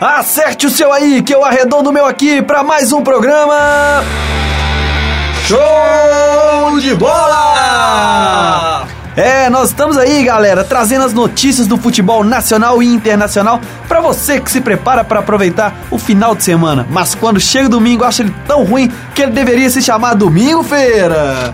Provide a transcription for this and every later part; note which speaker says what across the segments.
Speaker 1: Acerte o seu aí, que eu arredondo o meu aqui para mais um programa. Show de bola! É, nós estamos aí, galera, trazendo as notícias do futebol nacional e internacional para você que se prepara para aproveitar o final de semana. Mas quando chega o domingo, acha ele tão ruim que ele deveria se chamar Domingo Feira.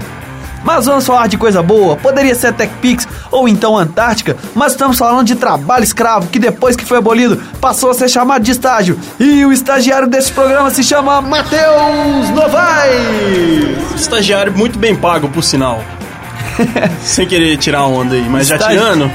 Speaker 1: Mas vamos falar de coisa boa. Poderia ser TechPix ou então Antártica, mas estamos falando de trabalho escravo que depois que foi abolido passou a ser chamado de estágio. E o estagiário desse programa se chama Matheus Novaes.
Speaker 2: Estagiário muito bem pago, por sinal. Sem querer tirar a onda aí, mas
Speaker 1: Estagi-
Speaker 2: já tirando,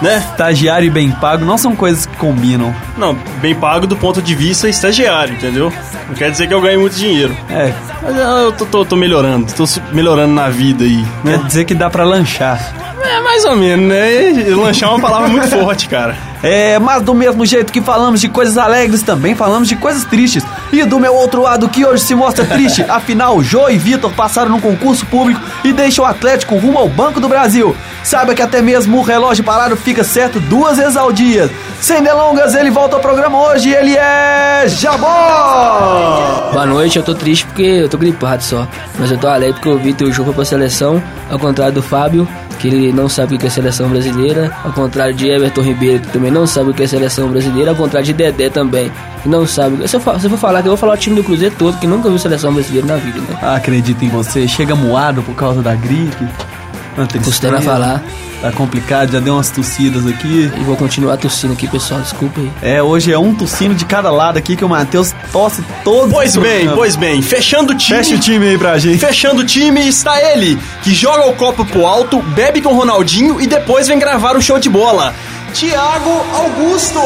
Speaker 2: né?
Speaker 1: Estagiário e bem pago não são coisas que combinam.
Speaker 2: Não, bem pago do ponto de vista estagiário, entendeu? Não quer dizer que eu ganhe muito dinheiro.
Speaker 1: É,
Speaker 2: Mas ah, eu tô, tô- tô melhorando, tô su- melhorando na vida aí, né?
Speaker 1: quer dizer que dá pra lanchar.
Speaker 2: É, mais ou menos, né? Lanchar é uma palavra muito forte, cara.
Speaker 1: É, mas do mesmo jeito que falamos de coisas alegres, também falamos de coisas tristes. E do meu outro lado, que hoje se mostra triste, afinal, Jô e Vitor passaram num concurso público e deixam o Atlético rumo ao Banco do Brasil. Saiba que até mesmo o relógio parado fica certo duas vezes ao dia. Sem delongas, ele volta ao programa hoje e ele é. Jabó!
Speaker 3: Boa noite, eu tô triste porque eu tô gripado só. Mas eu tô alegre porque o Vitor e o Ju foi pra seleção, ao contrário do Fábio, que ele não sabe o que é seleção brasileira, ao contrário de Everton Ribeiro, que também não sabe o que é seleção brasileira, ao contrário de Dedé também, que não sabe. Se eu, fa- se eu for falar que eu vou falar o time do Cruzeiro todo, que nunca viu seleção brasileira na vida, né?
Speaker 1: Acredito em você, chega moado por causa da gripe. Uma tristeza.
Speaker 3: Custando a falar.
Speaker 1: Tá complicado, já deu umas tossidas aqui.
Speaker 3: E vou continuar tossindo aqui, pessoal, desculpa aí.
Speaker 1: É, hoje é um tossino de cada lado aqui que o Matheus tosse todo.
Speaker 2: Pois
Speaker 1: o
Speaker 2: bem,
Speaker 1: programa.
Speaker 2: pois bem, fechando o time.
Speaker 1: Fecha o time aí pra gente.
Speaker 2: Fechando o time está ele, que joga o copo pro alto, bebe com o Ronaldinho e depois vem gravar o show de bola. Tiago Augusto!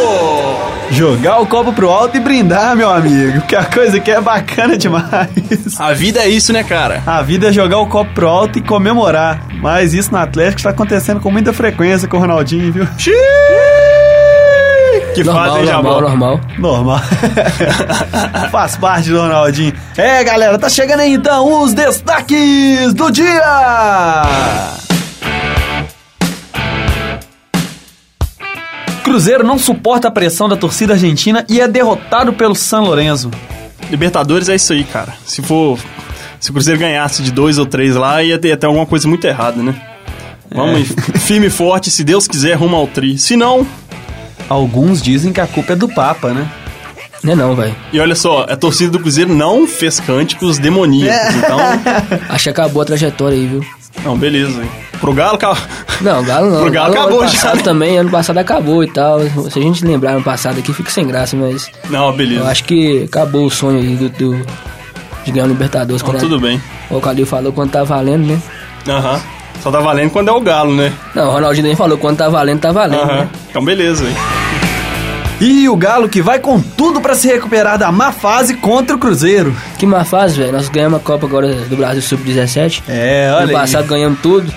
Speaker 1: Jogar o copo pro alto e brindar, meu amigo. Que a coisa aqui é bacana demais.
Speaker 2: A vida é isso, né, cara?
Speaker 1: A vida é jogar o copo pro alto e comemorar. Mas isso no Atlético está acontecendo com muita frequência com o Ronaldinho, viu?
Speaker 2: Que
Speaker 3: Normal,
Speaker 2: fazem
Speaker 3: normal,
Speaker 2: Jabal.
Speaker 3: normal.
Speaker 1: Normal. Faz parte do Ronaldinho. É, galera, tá chegando aí então os destaques do dia! Cruzeiro não suporta a pressão da torcida argentina e é derrotado pelo San Lorenzo.
Speaker 2: Libertadores é isso aí, cara. Se for. Se o Cruzeiro ganhasse de dois ou três lá, ia ter até alguma coisa muito errada, né?
Speaker 3: É.
Speaker 2: Vamos aí, firme e forte, se Deus quiser, rumo ao tri. Se não,
Speaker 1: Alguns dizem que a culpa é do Papa, né?
Speaker 3: Não é não, velho.
Speaker 2: e olha só, a torcida do Cruzeiro não fez cânticos
Speaker 3: É.
Speaker 2: demoníacos, então.
Speaker 3: Acho que acabou a trajetória aí, viu?
Speaker 2: Não, beleza. Pro Galo, cara.
Speaker 3: Não, Galo não.
Speaker 2: O Galo acabou
Speaker 3: ano
Speaker 2: já,
Speaker 3: passado
Speaker 2: né?
Speaker 3: também, ano passado acabou e tal. Se a gente lembrar ano passado aqui, fica sem graça, mas
Speaker 2: Não,
Speaker 3: eu
Speaker 2: beleza.
Speaker 3: acho que acabou o sonho aí do, do- de ganhar o Libertadores.
Speaker 2: Então,
Speaker 3: quando
Speaker 2: tudo bem.
Speaker 3: O Calil falou quando tá valendo, né?
Speaker 2: Aham. Só tá valendo quando é o Galo, né?
Speaker 3: Não, o Ronaldinho nem falou quando tá valendo, tá valendo,
Speaker 2: Aham.
Speaker 3: né?
Speaker 2: Então, beleza. hein?
Speaker 1: E o Galo que vai com tudo pra se recuperar da má fase contra o Cruzeiro.
Speaker 3: Que má fase, velho. Nós ganhamos a Copa agora do Brasil Sub-17.
Speaker 1: É,
Speaker 3: ano
Speaker 1: olha
Speaker 3: passado
Speaker 1: aí,
Speaker 3: ganhamos tudo.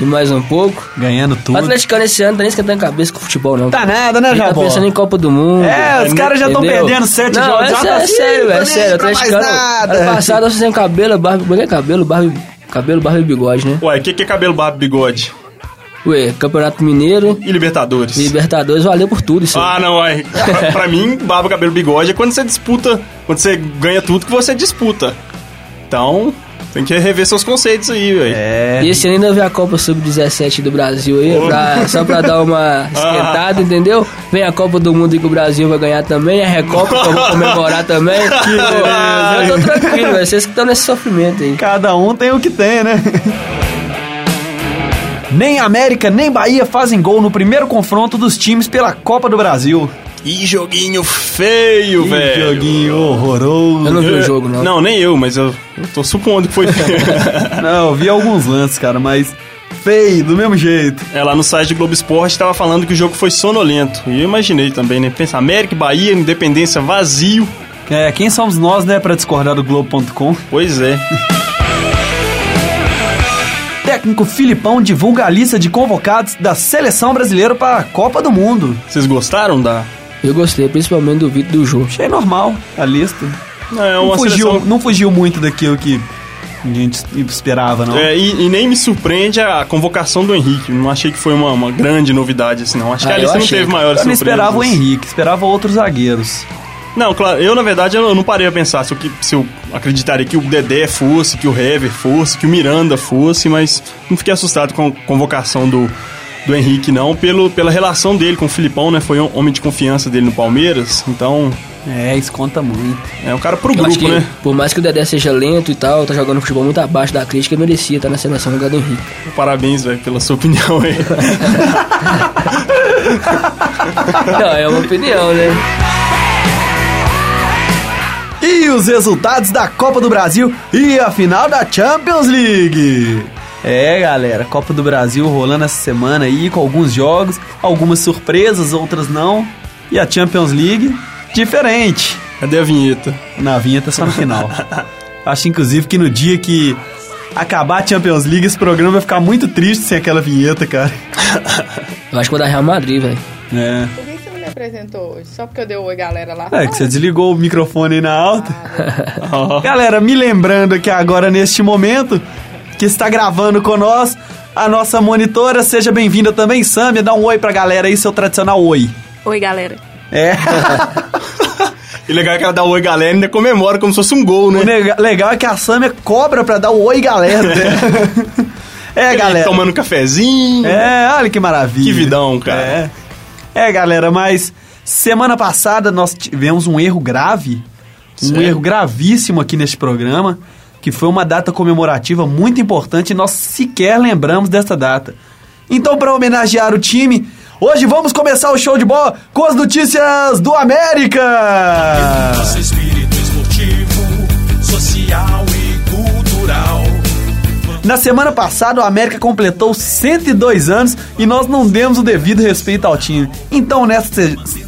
Speaker 3: E mais um pouco.
Speaker 1: ganhando
Speaker 3: O
Speaker 1: tudo.
Speaker 3: atleticano esse ano tá nem esquentando a cabeça com o futebol, não.
Speaker 1: Tá nada, né,
Speaker 3: Ele tá
Speaker 1: Jabó?
Speaker 3: pensando em Copa do Mundo.
Speaker 1: É, os caras já tão
Speaker 3: entendeu?
Speaker 1: perdendo sete
Speaker 3: não,
Speaker 1: jogos,
Speaker 3: É
Speaker 1: já tá
Speaker 3: sério, é
Speaker 1: assim,
Speaker 3: sério,
Speaker 1: tô
Speaker 3: é
Speaker 1: nem aí pra
Speaker 3: sério.
Speaker 1: mais
Speaker 3: Atleticano.
Speaker 1: nada.
Speaker 3: Ano passado nós fizemos cabelo, barba. Como é que é cabelo, barba, cabelo, barba e bigode, né?
Speaker 2: Ué, o que, que é cabelo, barba, bigode?
Speaker 3: Ué, Campeonato Mineiro,
Speaker 2: E Libertadores?
Speaker 3: Libertadores, valeu por tudo isso. aí.
Speaker 2: Ah, não, é. Pra, pra mim, barba, cabelo, bigode é quando você disputa. Quando você ganha tudo que você disputa. Então, tem que rever seus conceitos aí, velho.
Speaker 1: É.
Speaker 3: E esse ano ainda vem a Copa Sub-17 do Brasil aí, pra- só pra dar
Speaker 1: Ah.
Speaker 3: uma esquentada, entendeu? Vem a Copa do Mundo que o Brasil vai ganhar também, a Recopa que vamos comemorar também. Pô, eu tô tranquilo, velho, vocês que estão nesse sofrimento aí.
Speaker 1: Cada um tem o que tem, né? Nem América nem Bahia fazem gol no primeiro confronto dos times pela Copa do Brasil.
Speaker 2: E joguinho feio,
Speaker 1: Que
Speaker 2: velho.
Speaker 1: joguinho
Speaker 3: Eu
Speaker 1: horroroso.
Speaker 3: não vi o
Speaker 2: Eu-
Speaker 3: jogo, não.
Speaker 2: Não, nem eu, mas eu, eu tô supondo que foi feio.
Speaker 1: Não, eu vi alguns lances, cara, mas feio, do mesmo jeito.
Speaker 2: É, lá no site do Globo Esporte tava falando que o jogo foi sonolento. E eu imaginei também, né? Pensa, América, e Bahia, Independência, vazio.
Speaker 1: É, quem somos nós, né, pra discordar do Globo.com?
Speaker 2: Pois é.
Speaker 1: Técnico Filipão divulga a lista de convocados da seleção brasileira para a Copa do Mundo.
Speaker 2: Vocês gostaram da.
Speaker 3: Eu gostei, principalmente do Vitor e do Ju.
Speaker 1: Achei normal a lista.
Speaker 2: Não, é
Speaker 1: Não
Speaker 2: uma
Speaker 1: fugiu, um
Speaker 2: seleção.
Speaker 1: não fugiu muito daquilo que a gente esperava, não.
Speaker 2: É, e, e nem me surpreende a convocação do Henrique. Não achei que foi uma, uma grande novidade, assim, não. Acho que
Speaker 3: Ah,
Speaker 2: a
Speaker 3: eu
Speaker 2: lista não
Speaker 3: achei.
Speaker 2: teve maiores
Speaker 1: eu não
Speaker 2: surpresas.
Speaker 1: esperava o Henrique, esperava outros zagueiros.
Speaker 2: Não, claro, eu na verdade eu não parei a pensar se eu, que- se eu acreditaria que o Dedé fosse, que o Hever fosse, que o Miranda fosse, mas não fiquei assustado com a convocação do, do Henrique, não, pelo, pela relação dele com o Filipão, né? Foi um homem de confiança dele no Palmeiras, então
Speaker 1: É, isso conta muito.
Speaker 2: é um cara pro
Speaker 3: Eu acho
Speaker 2: grupo,
Speaker 3: que,
Speaker 2: né?
Speaker 3: por mais que o Dedé seja lento e tal, tá jogando futebol muito abaixo da crítica, ele merecia estar na seleção no lugar do Henrique.
Speaker 2: Parabéns, velho, pela sua opinião aí.
Speaker 3: Não, é uma opinião, né?
Speaker 1: E os resultados da Copa do Brasil e a final da Champions League. É, galera, Copa do Brasil rolando essa semana aí com alguns jogos, algumas surpresas, outras não. E a Champions League diferente.
Speaker 2: Cadê a vinheta?
Speaker 1: Na vinheta só no final. Acho inclusive que no dia que acabar a Champions League esse programa vai ficar muito triste sem aquela vinheta, cara.
Speaker 3: Eu acho que vou dar Real Madrid, velho.
Speaker 1: É.
Speaker 4: Por que você não me apresentou hoje? Só porque eu dei oi, galera lá.
Speaker 1: É que você
Speaker 4: fora?
Speaker 1: desligou o microfone aí na alta.
Speaker 2: Ó,
Speaker 1: Galera, me lembrando aqui agora, neste momento, que está gravando com nós a nossa monitora. Seja bem-vinda também, Samia. Dá um oi pra galera aí, seu tradicional oi.
Speaker 4: Oi, galera.
Speaker 1: É,
Speaker 2: E legal é que ela dá um oi, galera, e ainda comemora como se fosse um gol,
Speaker 1: o
Speaker 2: né?
Speaker 1: nega- legal é que a Samia cobra pra dar o oi, galera. né? É, galera.
Speaker 2: Tomando um cafezinho.
Speaker 1: É, olha que maravilha.
Speaker 2: Que vidão, cara.
Speaker 1: É, É, galera, mas semana passada nós tivemos um erro grave, um
Speaker 2: Sério?
Speaker 1: erro gravíssimo aqui neste programa, que foi uma data comemorativa muito importante e nós sequer lembramos dessa data. Então, para homenagear o time, hoje vamos começar o show de bola com as notícias do América!
Speaker 5: Nosso espírito esportivo, social e cultural.
Speaker 1: Na semana passada, o América completou 102 anos e nós não demos o devido respeito ao time. Então, nesta. se-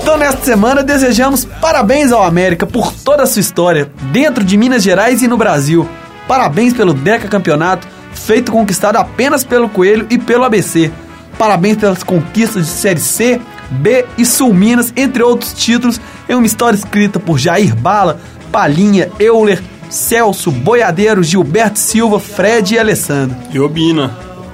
Speaker 1: Então, nesta semana, desejamos parabéns ao América por toda a sua história, dentro de Minas Gerais e no Brasil. Parabéns pelo Deca Campeonato, feito conquistado apenas pelo Coelho e pelo ABC. Parabéns pelas conquistas de Série C, B e Sul Minas, entre outros títulos, em uma história escrita por Jair Bala, Palinha, Euler, Celso, Boiadeiro, Gilberto Silva, Fred e Alessandro.
Speaker 2: E Obina.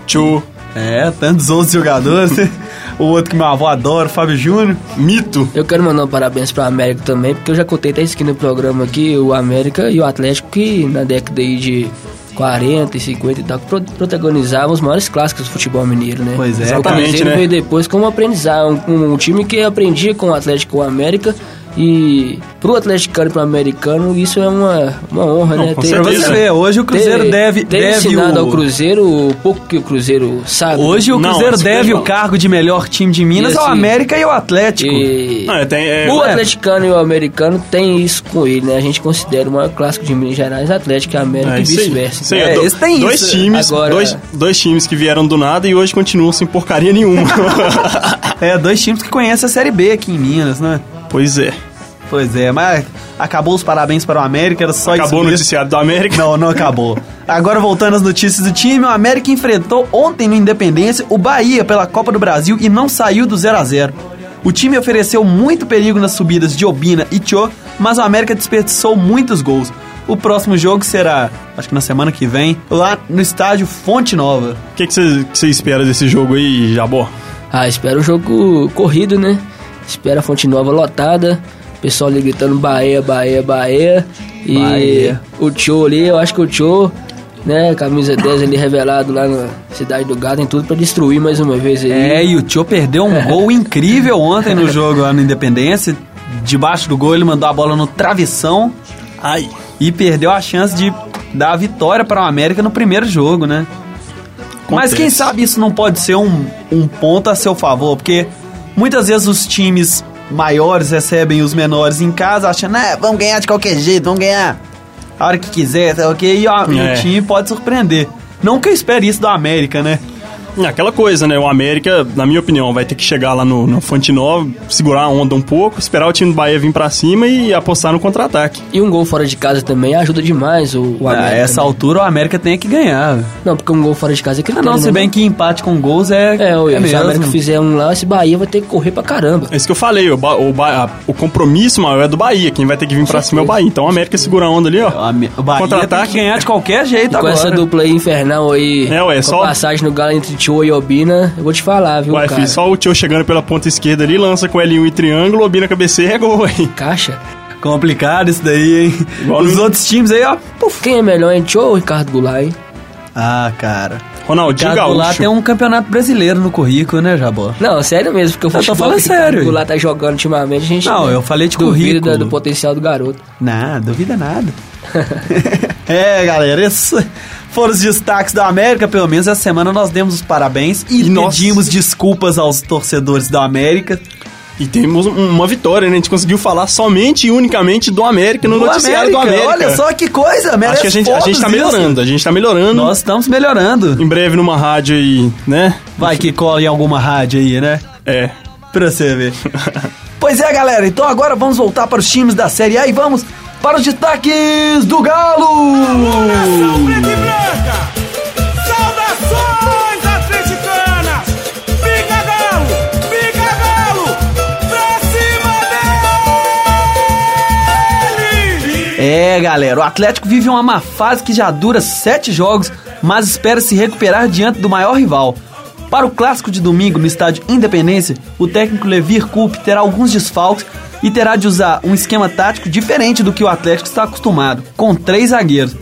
Speaker 2: Tchô.
Speaker 1: É, tantos outros jogadores, né? O outro que meu avô adora, o Fábio Júnior.
Speaker 2: Mito.
Speaker 3: Eu quero mandar um parabéns pro América também, porque eu já contei até isso aqui no programa aqui, o América e o Atlético, que na década aí de 40 e 50 e tal, pro- protagonizavam os maiores clássicos do futebol mineiro, né?
Speaker 1: Pois é.
Speaker 3: O
Speaker 2: Exatamente,
Speaker 3: Cruzeiro
Speaker 2: né?
Speaker 3: veio depois como aprendizado, um, um time que aprendia com o Atlético e o América, e pro atleticano e pro americano, isso é uma, uma honra, né?
Speaker 2: com
Speaker 1: Pra
Speaker 2: certeza.
Speaker 1: você ver, hoje o Cruzeiro
Speaker 3: ter-
Speaker 1: deve,
Speaker 3: ter
Speaker 1: deve
Speaker 3: ensinado
Speaker 1: o...
Speaker 3: ao Cruzeiro o pouco que o Cruzeiro sabe.
Speaker 1: Hoje o
Speaker 2: Não,
Speaker 1: Cruzeiro
Speaker 2: isso
Speaker 1: deve
Speaker 2: mesmo.
Speaker 1: o cargo de melhor time de Minas
Speaker 3: E
Speaker 1: ao
Speaker 3: assim-
Speaker 1: América e ao Atlético.
Speaker 3: E-
Speaker 2: Ah, tem, é,
Speaker 3: O
Speaker 1: Ué.
Speaker 3: atleticano e o americano tem isso com ele, né? A gente considera o maior clássico de Minas Gerais, Atlético e América
Speaker 2: É,
Speaker 3: e
Speaker 2: isso aí. Isso
Speaker 3: vice-versa.
Speaker 2: aí,
Speaker 1: É,
Speaker 2: do-
Speaker 1: isso tem
Speaker 2: dois
Speaker 1: isso.
Speaker 2: times,
Speaker 3: Agora-
Speaker 2: dois, dois times que vieram do nada e hoje continuam sem porcaria nenhuma.
Speaker 1: É, dois times que conhecem a Série B aqui em Minas, né?
Speaker 2: pois é.
Speaker 1: Pois é, mas acabou os parabéns para o América, era só
Speaker 2: Acabou o
Speaker 1: isso. mesmo.
Speaker 2: noticiário do América.
Speaker 1: Não, não acabou. Agora voltando às notícias do time, o América enfrentou ontem no Independência o Bahia pela Copa do Brasil e não saiu do 0 a 0. O time ofereceu muito perigo nas subidas de Obina e Tio, mas o América desperdiçou muitos gols. O próximo jogo será, acho que na semana que vem, lá no estádio Fonte Nova.
Speaker 2: O que você espera desse jogo aí, Jabó?
Speaker 3: Ah, espera o jogo corrido, né? Espera a Fonte Nova lotada, o pessoal ali gritando Bahia, Bahia, Bahia. E
Speaker 1: Bahia.
Speaker 3: o Tio ali, eu acho que o Tio, né, camisa 10 ali revelado lá na Cidade do Gado, tem tudo pra destruir mais uma vez aí.
Speaker 1: É, e o Tio perdeu um gol incrível ontem no jogo lá no Independência. Debaixo do gol ele mandou a bola no travessão
Speaker 2: Ai.
Speaker 1: e perdeu a chance de dar a vitória para o América no primeiro jogo, né? Mas
Speaker 2: Acontece.
Speaker 1: quem sabe isso não pode ser um, um ponto a seu favor, porque muitas vezes os times maiores recebem os menores em casa achando, ah, vamos ganhar de qualquer jeito, vamos ganhar a hora que quiser, tá ok? E, ó, e
Speaker 2: É.
Speaker 1: o time pode surpreender. Não que eu espere isso do América, né?
Speaker 2: É aquela coisa, né? O América, na minha opinião, vai ter que chegar lá no, no Fonte Nova, segurar a onda um pouco, esperar o time do Bahia vir pra cima e apostar no contra-ataque.
Speaker 3: E um gol fora de casa também ajuda demais o, o
Speaker 1: A
Speaker 3: América.
Speaker 1: Ah, essa
Speaker 3: né?
Speaker 1: altura o América tem que ganhar.
Speaker 3: Não, porque um gol fora de casa é
Speaker 1: Ah,
Speaker 3: critério.
Speaker 1: não,
Speaker 3: né?
Speaker 1: se bem que empate com gols é.
Speaker 3: É, o
Speaker 1: é
Speaker 3: se o América
Speaker 1: mesmo.
Speaker 3: fizer um lá, esse Bahia vai ter que correr pra caramba.
Speaker 2: É isso que eu falei, o, Ba- o, Ba- a- o compromisso maior é do Bahia, quem vai ter que vir pra cima é o Bahia. Então o América segura a onda ali,
Speaker 1: É, O
Speaker 2: ó.
Speaker 1: Ame- o Bahia tem
Speaker 2: Contra-ataque.
Speaker 1: que ganhar de qualquer jeito
Speaker 3: Com
Speaker 1: agora.
Speaker 3: essa dupla aí infernal aí,
Speaker 2: É, ué,
Speaker 3: com
Speaker 2: só-
Speaker 3: a passagem no Galo entre Tio e Obina, eu vou te falar, viu,
Speaker 2: Ué,
Speaker 3: cara?
Speaker 2: filho, só o Tio chegando pela ponta esquerda ali, lança com L1 e triângulo, obina a cabeceia e é gol, hein?
Speaker 3: Caixa.
Speaker 1: Complicado isso daí, hein?
Speaker 2: Igual
Speaker 1: Os
Speaker 2: no-
Speaker 1: outros times aí, ó. Puf.
Speaker 3: Quem é melhor, hein, Tio ou Ricardo Goulart, hein?
Speaker 1: Ah, cara.
Speaker 2: Ronaldinho
Speaker 1: Diga lá
Speaker 2: Gaúcho.
Speaker 1: tem um campeonato brasileiro no currículo, né, Jabó?
Speaker 3: Não, sério mesmo, porque o
Speaker 1: tô
Speaker 3: futebol
Speaker 1: falando
Speaker 3: que o Ricardo
Speaker 1: sério.
Speaker 3: Goulart tá jogando ultimamente, a gente...
Speaker 1: Não, eu falei de
Speaker 3: duvida
Speaker 1: currículo.
Speaker 3: do, do potencial do garoto.
Speaker 1: Nada, duvida nada. é, galera, esses foram os destaques da América. Pelo menos essa semana nós demos os parabéns e,
Speaker 2: E nós-
Speaker 1: pedimos desculpas aos torcedores da América.
Speaker 2: E temos um- uma vitória, né? A gente conseguiu falar somente e unicamente do América no
Speaker 1: Do
Speaker 2: noticiário
Speaker 1: América,
Speaker 2: do América.
Speaker 1: Olha só é que coisa, merece
Speaker 2: Acho que a gente, a gente
Speaker 1: fotos
Speaker 2: tá
Speaker 1: isso.
Speaker 2: melhorando, a gente tá melhorando.
Speaker 1: Nós estamos melhorando.
Speaker 2: Em breve numa rádio aí, né?
Speaker 1: Vai que cola em alguma rádio aí, né?
Speaker 2: É.
Speaker 1: Pra você ver. pois é, galera, então agora vamos voltar para os times da Série A e vamos para os destaques do
Speaker 5: É
Speaker 1: Galo!
Speaker 5: preta e branca. Saudações atleticanas. Fica galo, fica galo. Pra cima dele.
Speaker 1: É, galera, o Atlético vive uma má fase que já dura sete jogos, mas espera se recuperar diante do maior rival. Para o clássico de domingo no estádio Independência, o técnico Levir Coupe terá alguns desfalques e terá de usar um esquema tático diferente do que o Atlético está acostumado, com três zagueiros.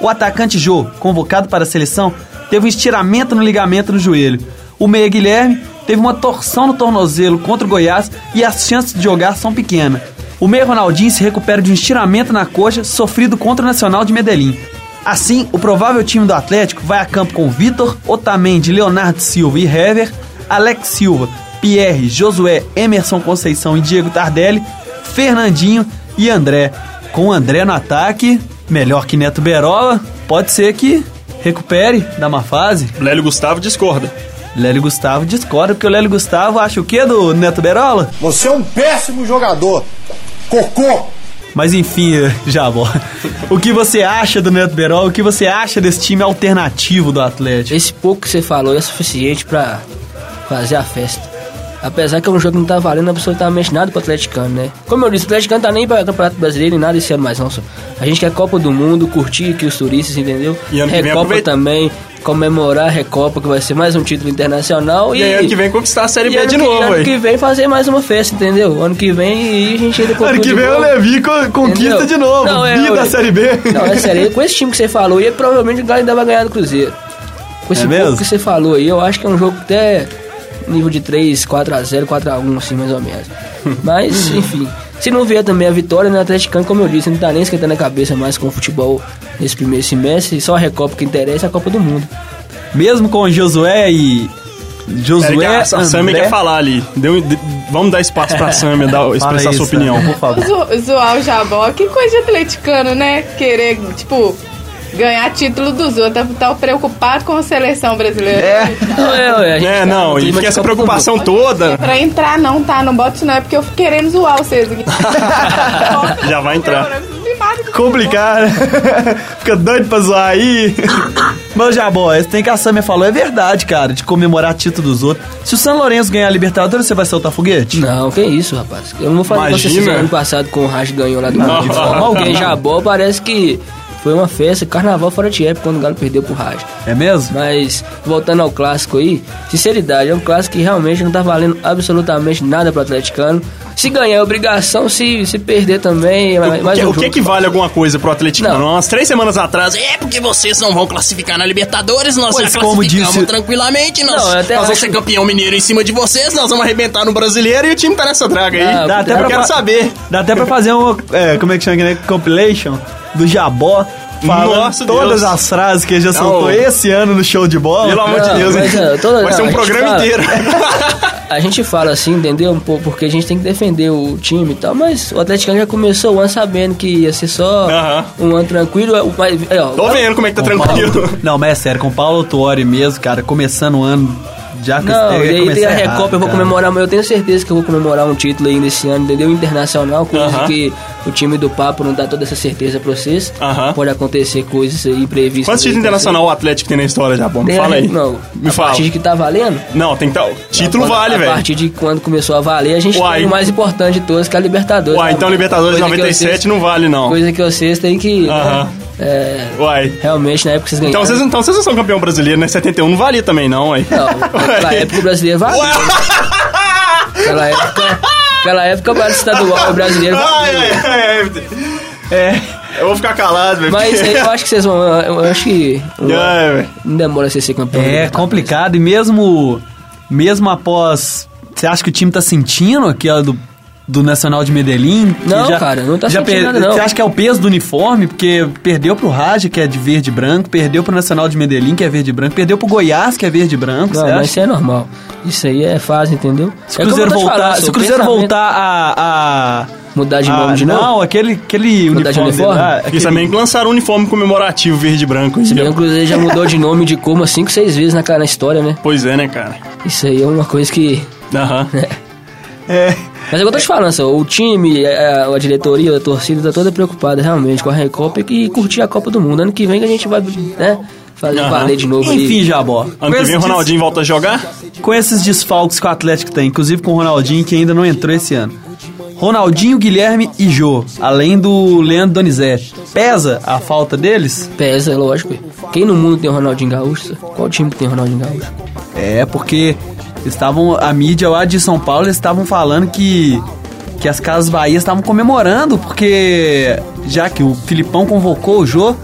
Speaker 1: O atacante Jô, convocado para a seleção, teve um estiramento no ligamento no joelho. O meia Guilherme teve uma torção no tornozelo contra o Goiás e as chances de jogar são pequenas. O meia Ronaldinho se recupera de um estiramento na coxa sofrido contra o Nacional de Medellín. Assim, o provável time do Atlético vai a campo com Vitor, Otamendi, Leonardo Silva e Hever, Alex Silva, Pierre, Josué, Emerson Conceição e Diego Tardelli, Fernandinho e André. Com o André no ataque, melhor que Neto Berola, pode ser que recupere da má fase.
Speaker 2: Lélio Gustavo discorda.
Speaker 1: Lélio Gustavo discorda, porque o Lélio Gustavo acha o quê do Neto Berola?
Speaker 6: Você é um péssimo jogador. Cocô.
Speaker 1: Mas enfim, Jabó, o que você acha do Neto Berol? O que você acha desse time alternativo do Atlético?
Speaker 3: Esse pouco que você falou é suficiente pra fazer a festa. Apesar que é um jogo que não tá valendo absolutamente nada pro atleticano, né? Como eu disse, o atleticano tá nem pra Campeonato Brasileiro e nada esse ano mais, não, só. A gente quer Copa do Mundo, curtir aqui os turistas, entendeu?
Speaker 2: E ano que vem
Speaker 3: Recopa
Speaker 2: aproveita.
Speaker 3: também, comemorar a Recopa, que vai ser mais um título internacional. E,
Speaker 2: E aí ano que vem conquistar a Série
Speaker 3: e
Speaker 2: B
Speaker 3: ano
Speaker 2: de
Speaker 3: que-
Speaker 2: novo,
Speaker 3: Ano
Speaker 2: aí.
Speaker 3: que vem fazer mais uma festa, entendeu? Ano que vem e a gente ainda
Speaker 2: Ano que
Speaker 3: de
Speaker 2: vem é
Speaker 3: novo.
Speaker 2: o Levi co- conquista
Speaker 3: Entendeu?
Speaker 2: de novo.
Speaker 3: Não, é,
Speaker 2: Bi
Speaker 3: eu-
Speaker 2: da Série B.
Speaker 3: Não, é sério, com esse time que você falou aí, provavelmente o Galo ainda vai ganhar do Cruzeiro. Com esse
Speaker 1: É
Speaker 3: pouco
Speaker 1: mesmo?
Speaker 3: que você falou aí, eu acho que é um jogo até nível de 3, 4x0, 4x1, assim, mais ou menos. Mas, enfim. Se não vier também a vitória, né, o Atleticano, como eu disse, não tá nem esquentando a cabeça mais com o futebol nesse primeiro semestre, só a Recopa que interessa é a Copa do Mundo.
Speaker 1: Mesmo com o Josué e.
Speaker 2: Pera que
Speaker 1: Josué.
Speaker 2: a, a
Speaker 3: ah,
Speaker 2: Samia
Speaker 1: André-
Speaker 2: quer falar ali. Deu- um de- vamos dar espaço pra Samia dar-
Speaker 1: Fala
Speaker 2: expressar
Speaker 1: aí,
Speaker 2: sua
Speaker 1: Samia,
Speaker 2: opinião.
Speaker 1: Por favor.
Speaker 4: Zo- zoar o Jabó, que coisa de atleticano, né? Querer, tipo, ganhar título dos outros, tá preocupado com a seleção brasileira.
Speaker 3: Não, é, ué, a gente
Speaker 2: É,
Speaker 3: tá no
Speaker 2: não, e
Speaker 3: clima de
Speaker 2: fica essa
Speaker 3: Copa do
Speaker 2: preocupação toda.
Speaker 4: Pra entrar não, tá? Não bota isso não, é porque eu fico querendo zoar vocês aqui.
Speaker 2: Já vai entrar.
Speaker 4: Complicado.
Speaker 1: Complicado. Fica doido pra zoar aí. Mas, Jabó, esse tem que a Samia falou é verdade, cara, de comemorar título dos outros. Se o São Lourenço ganhar a Libertadores, você vai soltar foguete?
Speaker 3: Não, que isso, rapaz. Eu não vou falar que vocês
Speaker 2: Imagina.
Speaker 3: fizeram ano passado com o Raj ganhou lá do Galo de forma alguém. Jabó parece que foi uma festa, carnaval fora de época, quando o Galo perdeu pro Raj.
Speaker 1: É mesmo?
Speaker 3: Mas, voltando ao clássico aí, sinceridade, é um clássico que realmente não tá valendo absolutamente nada pro atleticano. Se ganhar é obrigação, se, se perder também, é
Speaker 2: O
Speaker 3: mais
Speaker 2: que,
Speaker 3: um
Speaker 2: o que
Speaker 3: jogo.
Speaker 2: que vale alguma coisa pro Atlético?
Speaker 3: Não.
Speaker 2: Umas três semanas atrás, é,
Speaker 7: É porque vocês não vão classificar na Libertadores, nós
Speaker 1: Pois,
Speaker 7: já
Speaker 1: como
Speaker 7: classificamos
Speaker 1: disse-
Speaker 7: tranquilamente, nós,
Speaker 3: Não, eu até
Speaker 7: nós vamos
Speaker 3: acho-
Speaker 2: é
Speaker 7: ser campeão mineiro em cima de vocês, nós vamos arrebentar no Brasil.
Speaker 2: brasileiro e o time tá nessa draga aí.
Speaker 3: Ah,
Speaker 1: Dá até
Speaker 2: eu
Speaker 1: pra
Speaker 2: quero
Speaker 1: fa-
Speaker 2: saber.
Speaker 1: Dá até pra fazer uma. é, como é que chama aqui, né? Compilation do Jabó. Falando
Speaker 2: Nossa,
Speaker 1: todas
Speaker 2: Deus.
Speaker 1: as frases que ele já soltou
Speaker 2: ô.
Speaker 1: esse ano no show de bola.
Speaker 2: Pelo amor de
Speaker 3: Não,
Speaker 2: Deus,
Speaker 3: mas,
Speaker 2: hein?
Speaker 3: é, toda-
Speaker 2: Vai ser um
Speaker 3: não, a gente
Speaker 2: programa
Speaker 3: fala.
Speaker 2: inteiro.
Speaker 3: A gente fala assim, entendeu? Pô, Porque a gente tem que defender o time e tal, mas o Atlético já começou o ano sabendo que ia ser só
Speaker 2: Aham.
Speaker 3: um ano tranquilo. o- Mas, é, ó,
Speaker 2: Tô vendo como é que tá tranquilo.
Speaker 1: Não, mas é sério, com o Paulo Tuori mesmo, cara, começando o ano já com
Speaker 3: Não,
Speaker 1: esse-
Speaker 3: e
Speaker 1: ia
Speaker 3: aí
Speaker 1: começar
Speaker 3: tem a
Speaker 1: errado,
Speaker 3: Recopa, eu vou
Speaker 1: cara.
Speaker 3: comemorar, mas eu tenho certeza que eu vou comemorar um título ainda esse ano, entendeu? Internacional, coisa
Speaker 2: Aham.
Speaker 3: que o time do Papo não dá toda essa certeza pra vocês.
Speaker 2: Aham.
Speaker 3: Pode acontecer coisas aí imprevistas.
Speaker 2: Quantos
Speaker 3: aí
Speaker 2: títulos
Speaker 3: pra
Speaker 2: internacional o Atlético tem na história já, bom?
Speaker 3: vocês.
Speaker 2: Me
Speaker 3: Tem a
Speaker 2: fala
Speaker 3: Re-
Speaker 2: aí.
Speaker 3: Não,
Speaker 2: Me
Speaker 3: a
Speaker 2: fala.
Speaker 3: partir de que tá valendo.
Speaker 2: Não, tem que tal. Título
Speaker 3: Quando-
Speaker 2: vale,
Speaker 3: A
Speaker 2: velho.
Speaker 3: partir de quando começou a valer, a gente
Speaker 2: Uai.
Speaker 3: tem o mais importante de todos, que é a Libertadores.
Speaker 2: Uai,
Speaker 3: né?
Speaker 2: então Libertadores de
Speaker 3: Coisa que
Speaker 2: 97
Speaker 3: vocês-
Speaker 2: não vale, não.
Speaker 3: Coisa que vocês têm que. né,
Speaker 2: Aham.
Speaker 3: é,
Speaker 2: Uai.
Speaker 3: realmente, na época vocês ganharam.
Speaker 2: Então vocês, então vocês não são campeão brasileiro, né? 71 não valia também, não, aí.
Speaker 3: Não, naquela época o brasileiro valia. Naquela época, naquela época o Brasil estadual o brasileiro
Speaker 2: Ai,
Speaker 3: valia.
Speaker 2: ai, ai, É, eu vou ficar calado, velho.
Speaker 3: Mas é
Speaker 2: porque-
Speaker 3: eu acho que vocês vão. Eu acho que.
Speaker 2: Ai, velho.
Speaker 3: Não demora vocês ser campeão. né?
Speaker 1: É complicado e mesmo mesmo após você acha que o time tá sentindo aquela do do Nacional de Medellín? que
Speaker 3: Não, cara, não tá sentindo nada, não.
Speaker 1: Você acha que é o peso do uniforme? Porque perdeu pro Raja, que é de verde e branco, perdeu pro Nacional de Medellín, que é verde e branco, perdeu pro Goiás, que é verde e branco,
Speaker 3: Não,
Speaker 1: você
Speaker 3: mas
Speaker 1: acha?
Speaker 3: isso é normal. Isso aí é fase, entendeu?
Speaker 1: Se o Cruzeiro voltar, se o Cruzeiro voltar a, a
Speaker 3: Mudar Tá de
Speaker 1: a-
Speaker 3: nome de novo?
Speaker 1: Não, aquele aquele
Speaker 3: Mudar de
Speaker 1: uniforme,
Speaker 3: uniforme?
Speaker 1: lá,
Speaker 2: Eles
Speaker 1: aquele-
Speaker 2: também lançaram um uniforme comemorativo verde e branco.
Speaker 3: Se bem que
Speaker 2: entendeu?
Speaker 3: o Cruzeiro já mudou de nome e de cor umas 5, 6 vezes na, cara- na história, né?
Speaker 2: Pois é, né, cara?
Speaker 3: Isso aí é uma coisa que.
Speaker 2: Aham.
Speaker 1: é,
Speaker 3: Mas é o que eu tô te falando, só, o time, é, a, a diretoria, a torcida tá toda preocupada realmente com a Recopa e curtir a Copa do Mundo. Ano que vem que a gente vai, né, fazer
Speaker 2: Aham.
Speaker 3: valer de novo aí.
Speaker 1: Enfim, Jabó.
Speaker 2: Ano que vem o
Speaker 1: Esses-
Speaker 2: Ronaldinho volta a jogar?
Speaker 1: Com esses desfalques que o Atlético tem, inclusive com o Ronaldinho, que ainda não entrou esse ano. Ronaldinho, Guilherme e Jô, além do Leandro Donizete. Pesa a falta deles?
Speaker 3: Pesa, é lógico. Quem no mundo tem o Ronaldinho Gaúcho? só? Qual time que tem o Ronaldinho Gaúcho?
Speaker 1: É, porque estavam a mídia lá de São Paulo eles estavam falando que que as Casas Bahia estavam comemorando, porque já que o Filipão convocou o Jô,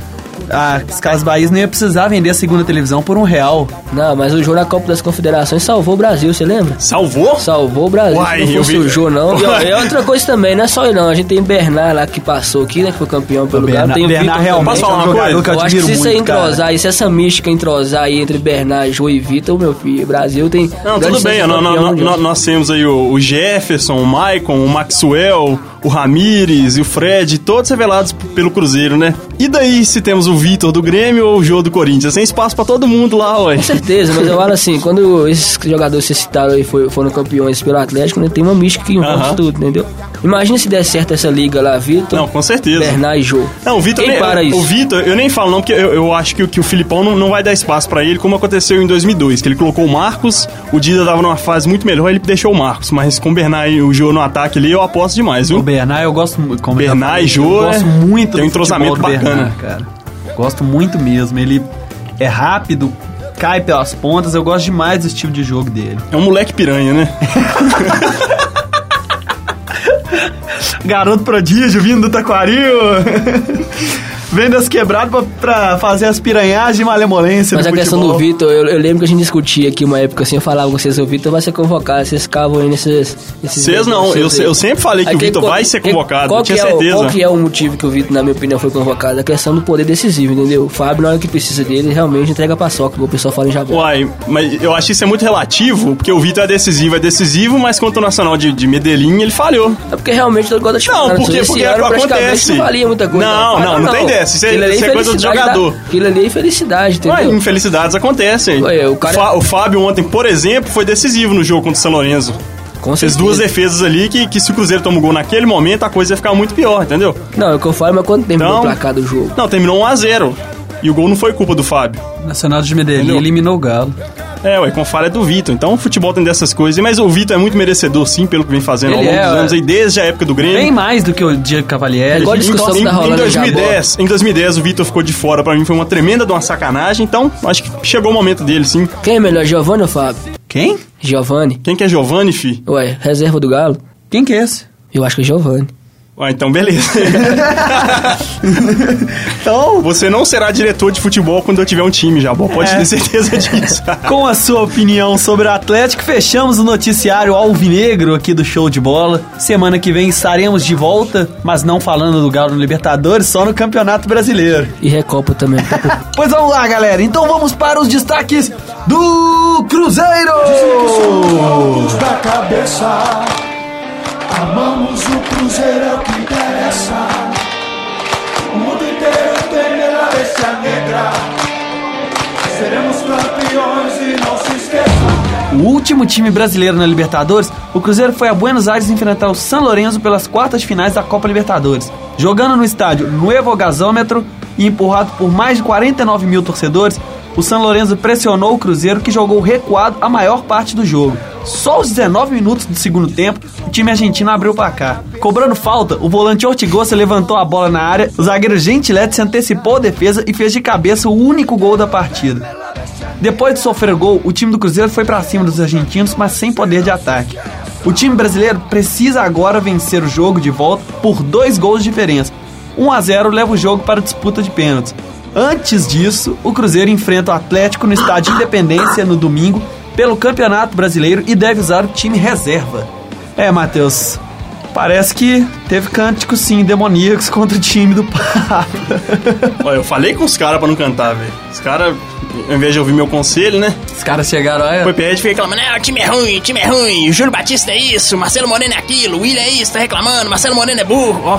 Speaker 1: as Casas Bahia não ia precisar vender a segunda televisão por um real.
Speaker 3: Não, mas o jogo na Copa das Confederações salvou o Brasil, você lembra?
Speaker 2: Salvou?
Speaker 3: Salvou o Brasil,
Speaker 2: Uai,
Speaker 3: se não
Speaker 2: eu
Speaker 3: fosse
Speaker 2: vi-
Speaker 3: o Jô, não. E, ó,
Speaker 2: Uai.
Speaker 3: é outra coisa também, não é só ele, não. A gente tem Bernard lá que passou aqui, né? Que foi campeão pelo Galo. Tem o Vitor
Speaker 1: realmente
Speaker 2: Posso
Speaker 3: também.
Speaker 2: falar
Speaker 1: é um
Speaker 2: uma
Speaker 1: jogador
Speaker 2: coisa?
Speaker 1: que eu
Speaker 3: Eu acho que
Speaker 1: admiro
Speaker 3: se isso aí
Speaker 1: muito, cara.
Speaker 3: entrosar aí, se essa mística entrosar aí entre Bernard, Jô e Vitor, meu filho, Brasil tem.
Speaker 2: Não,
Speaker 3: grande
Speaker 2: tudo bem.
Speaker 3: chance de
Speaker 2: nó- nó-
Speaker 3: campeão
Speaker 2: nó-
Speaker 3: mundial.
Speaker 2: nó- nós temos aí o, o Jefferson, o Maicon, o Maxwell, o Ramires e o Fred, todos revelados p- pelo Cruzeiro, né? E daí se temos o Vitor do Grêmio ou o Jô do Corinthians? Tem espaço pra todo mundo lá, ué.
Speaker 3: Com certeza, mas eu falo assim, quando esses jogadores que vocês citaram aí foi- foram campeões pelo Atlético, né, tem uma mística que envolve
Speaker 2: Aham.
Speaker 3: tudo, entendeu? Imagina se der certo essa liga lá, Vitor,
Speaker 2: Não, com certeza.
Speaker 3: Bernard e Jô.
Speaker 2: Não, o Vitor
Speaker 3: Quem
Speaker 2: nem, é,
Speaker 3: para isso?
Speaker 2: O Vitor, eu nem falo não, porque eu, eu acho que, o- que o Filipão não, não vai dar espaço pra ele, como aconteceu em 2002, que ele colocou o Marcos, o Dida tava numa fase muito melhor, ele deixou o Marcos, mas com o Bernard e o Jô no ataque ali, eu aposto demais,
Speaker 1: O
Speaker 2: viu?
Speaker 1: Bernard, eu gosto muito. como eu já
Speaker 2: Bernard
Speaker 1: falei,
Speaker 2: e Jô,
Speaker 1: Eu gosto
Speaker 2: é,
Speaker 1: muito
Speaker 2: tem um entrosamento
Speaker 1: futebol do
Speaker 2: bacana.
Speaker 1: Bernard, cara. Gosto muito mesmo. Ele é rápido, cai pelas pontas. Eu gosto demais do estilo de jogo dele.
Speaker 2: É um moleque piranha, né?
Speaker 1: Garoto prodígio vindo do Taquaril. Vendo as quebradas pra, pra fazer as piranhagens e malemolência.
Speaker 3: Mas
Speaker 1: no
Speaker 3: a questão
Speaker 1: futebol.
Speaker 3: do Vitor, eu, eu lembro que a gente discutia aqui uma época assim, eu falava com vocês, o Vitor vai ser convocado, vocês ficavam aí nesses... nesses
Speaker 2: Vocês não, eu,
Speaker 3: vocês aí.
Speaker 2: eu sempre falei que
Speaker 3: Aí
Speaker 2: o Vitor
Speaker 3: qual-
Speaker 2: vai ser
Speaker 3: quem-
Speaker 2: convocado,
Speaker 3: qual
Speaker 2: eu
Speaker 3: que
Speaker 2: tinha
Speaker 3: é o-
Speaker 2: certeza.
Speaker 3: Qual que é o motivo que o Vitor, na minha opinião, foi convocado? A questão do poder decisivo, entendeu? O Fábio, na hora que precisa dele, realmente entrega a paçoca, como o pessoal fala em Jabó.
Speaker 2: Uai, mas eu acho que isso é muito relativo, porque o Vitor é decisivo, é decisivo, mas contra o Nacional de, de Medellín ele falhou.
Speaker 3: É porque realmente eu gosto de
Speaker 2: Não, porque-
Speaker 3: esse
Speaker 2: porque é
Speaker 3: ano,
Speaker 2: acontece.
Speaker 3: praticamente, Não valia muita coisa.
Speaker 2: Não,
Speaker 3: Ah,
Speaker 2: não, não tem dessa. Isso é-
Speaker 3: Aquilo ali
Speaker 2: isso é coisa do
Speaker 3: felicidade
Speaker 2: jogador.
Speaker 3: da- Aquilo ali é felicidade,
Speaker 2: Ué,
Speaker 3: entendeu?
Speaker 2: infelicidades acontecem.
Speaker 3: Ué, o cara-
Speaker 2: Fa- o Fábio ontem, por exemplo, foi decisivo no jogo contra o São Lourenço.
Speaker 3: Com
Speaker 2: Fez
Speaker 3: certeza.
Speaker 2: duas defesas ali que, que se o Cruzeiro toma o gol naquele momento, a coisa ia ficar muito pior, entendeu?
Speaker 3: Não, é o que eu falo, mas quanto tempo
Speaker 2: Então-
Speaker 3: o placar do jogo?
Speaker 2: Não, terminou 1x0. E o gol não foi culpa do Fábio.
Speaker 1: Nacional de Medellín
Speaker 2: Entendeu?
Speaker 1: eliminou o Galo.
Speaker 2: É, ué, com falha do Vitor. Então o futebol tem dessas coisas. Mas o Vitor é muito merecedor, sim, pelo que vem fazendo ao
Speaker 1: Ele
Speaker 2: longo
Speaker 1: é,
Speaker 2: dos
Speaker 1: ué.
Speaker 2: anos aí, desde a época do Grêmio.
Speaker 1: Bem mais do que o Diego
Speaker 3: É
Speaker 1: Cavalieri.
Speaker 3: igual a
Speaker 2: Em-
Speaker 3: discussão que tá
Speaker 2: em, em
Speaker 3: rolando em Jabó.
Speaker 2: 2010, em 2010 o Vitor ficou de fora, pra mim foi uma tremenda de uma sacanagem, então acho que chegou o momento dele, sim.
Speaker 3: Quem é melhor, Giovanni ou Fábio?
Speaker 1: Quem?
Speaker 3: Giovanni.
Speaker 2: Quem que é Giovanni, fi?
Speaker 3: Ué, reserva do Galo?
Speaker 1: Quem que é esse?
Speaker 3: Eu acho que é Giovanni.
Speaker 2: Ah, então beleza.
Speaker 1: Então,
Speaker 2: Você não será diretor de futebol quando eu tiver um time, Jabó. Pode
Speaker 3: É.
Speaker 2: ter certeza disso.
Speaker 1: com a sua opinião sobre o Atlético, fechamos o noticiário alvinegro aqui do Show de Bola. Semana que vem estaremos de volta, mas não falando do Galo no Libertadores, só no Campeonato Brasileiro.
Speaker 3: E Recopa também. tá por-
Speaker 1: Pois vamos lá, galera. Então vamos para os destaques do Cruzeiro. Cruzeiro!
Speaker 5: Todos da cabeça. Amamos o Cruzeiro, é o que interessa. O mundo inteiro tem pela bestia negra. Seremos campeões e não se esqueça.
Speaker 1: O último time brasileiro na Libertadores, o Cruzeiro foi a Buenos Aires enfrentar o San Lorenzo pelas quartas de finais da Copa Libertadores, jogando no estádio Nuevo Gasômetro e empurrado por mais de 49 mil torcedores. O San Lorenzo pressionou o Cruzeiro, que jogou recuado a maior parte do jogo. Só aos 19 minutos do segundo tempo, o time argentino abriu o placar. Cobrando falta, o volante Ortigosa levantou a bola na área, o zagueiro Gentilete se antecipou a defesa e fez de cabeça o único gol da partida. Depois de sofrer gol, o time do Cruzeiro foi pra cima dos argentinos, mas sem poder de ataque. O time brasileiro precisa agora vencer o jogo de volta por dois gols de diferença. 1 a 0 leva o jogo para a disputa de pênaltis. Antes disso, o Cruzeiro enfrenta o Atlético no estádio Independência no domingo pelo Campeonato Brasileiro e deve usar o time reserva. É, Matheus, parece que teve cânticos sim demoníacos contra o time do Papa.
Speaker 2: Olha, eu falei com os caras pra não cantar, velho. Os caras, ao invés de ouvir meu conselho, né?
Speaker 8: Os caras chegaram,
Speaker 2: Foi
Speaker 8: olha.
Speaker 2: pede e
Speaker 7: Fica reclamando, ah, o time é ruim, o time é ruim, o Júlio Batista é isso, Marcelo Moreno é aquilo, o William é isso, tá reclamando, Marcelo Moreno é burro, ó.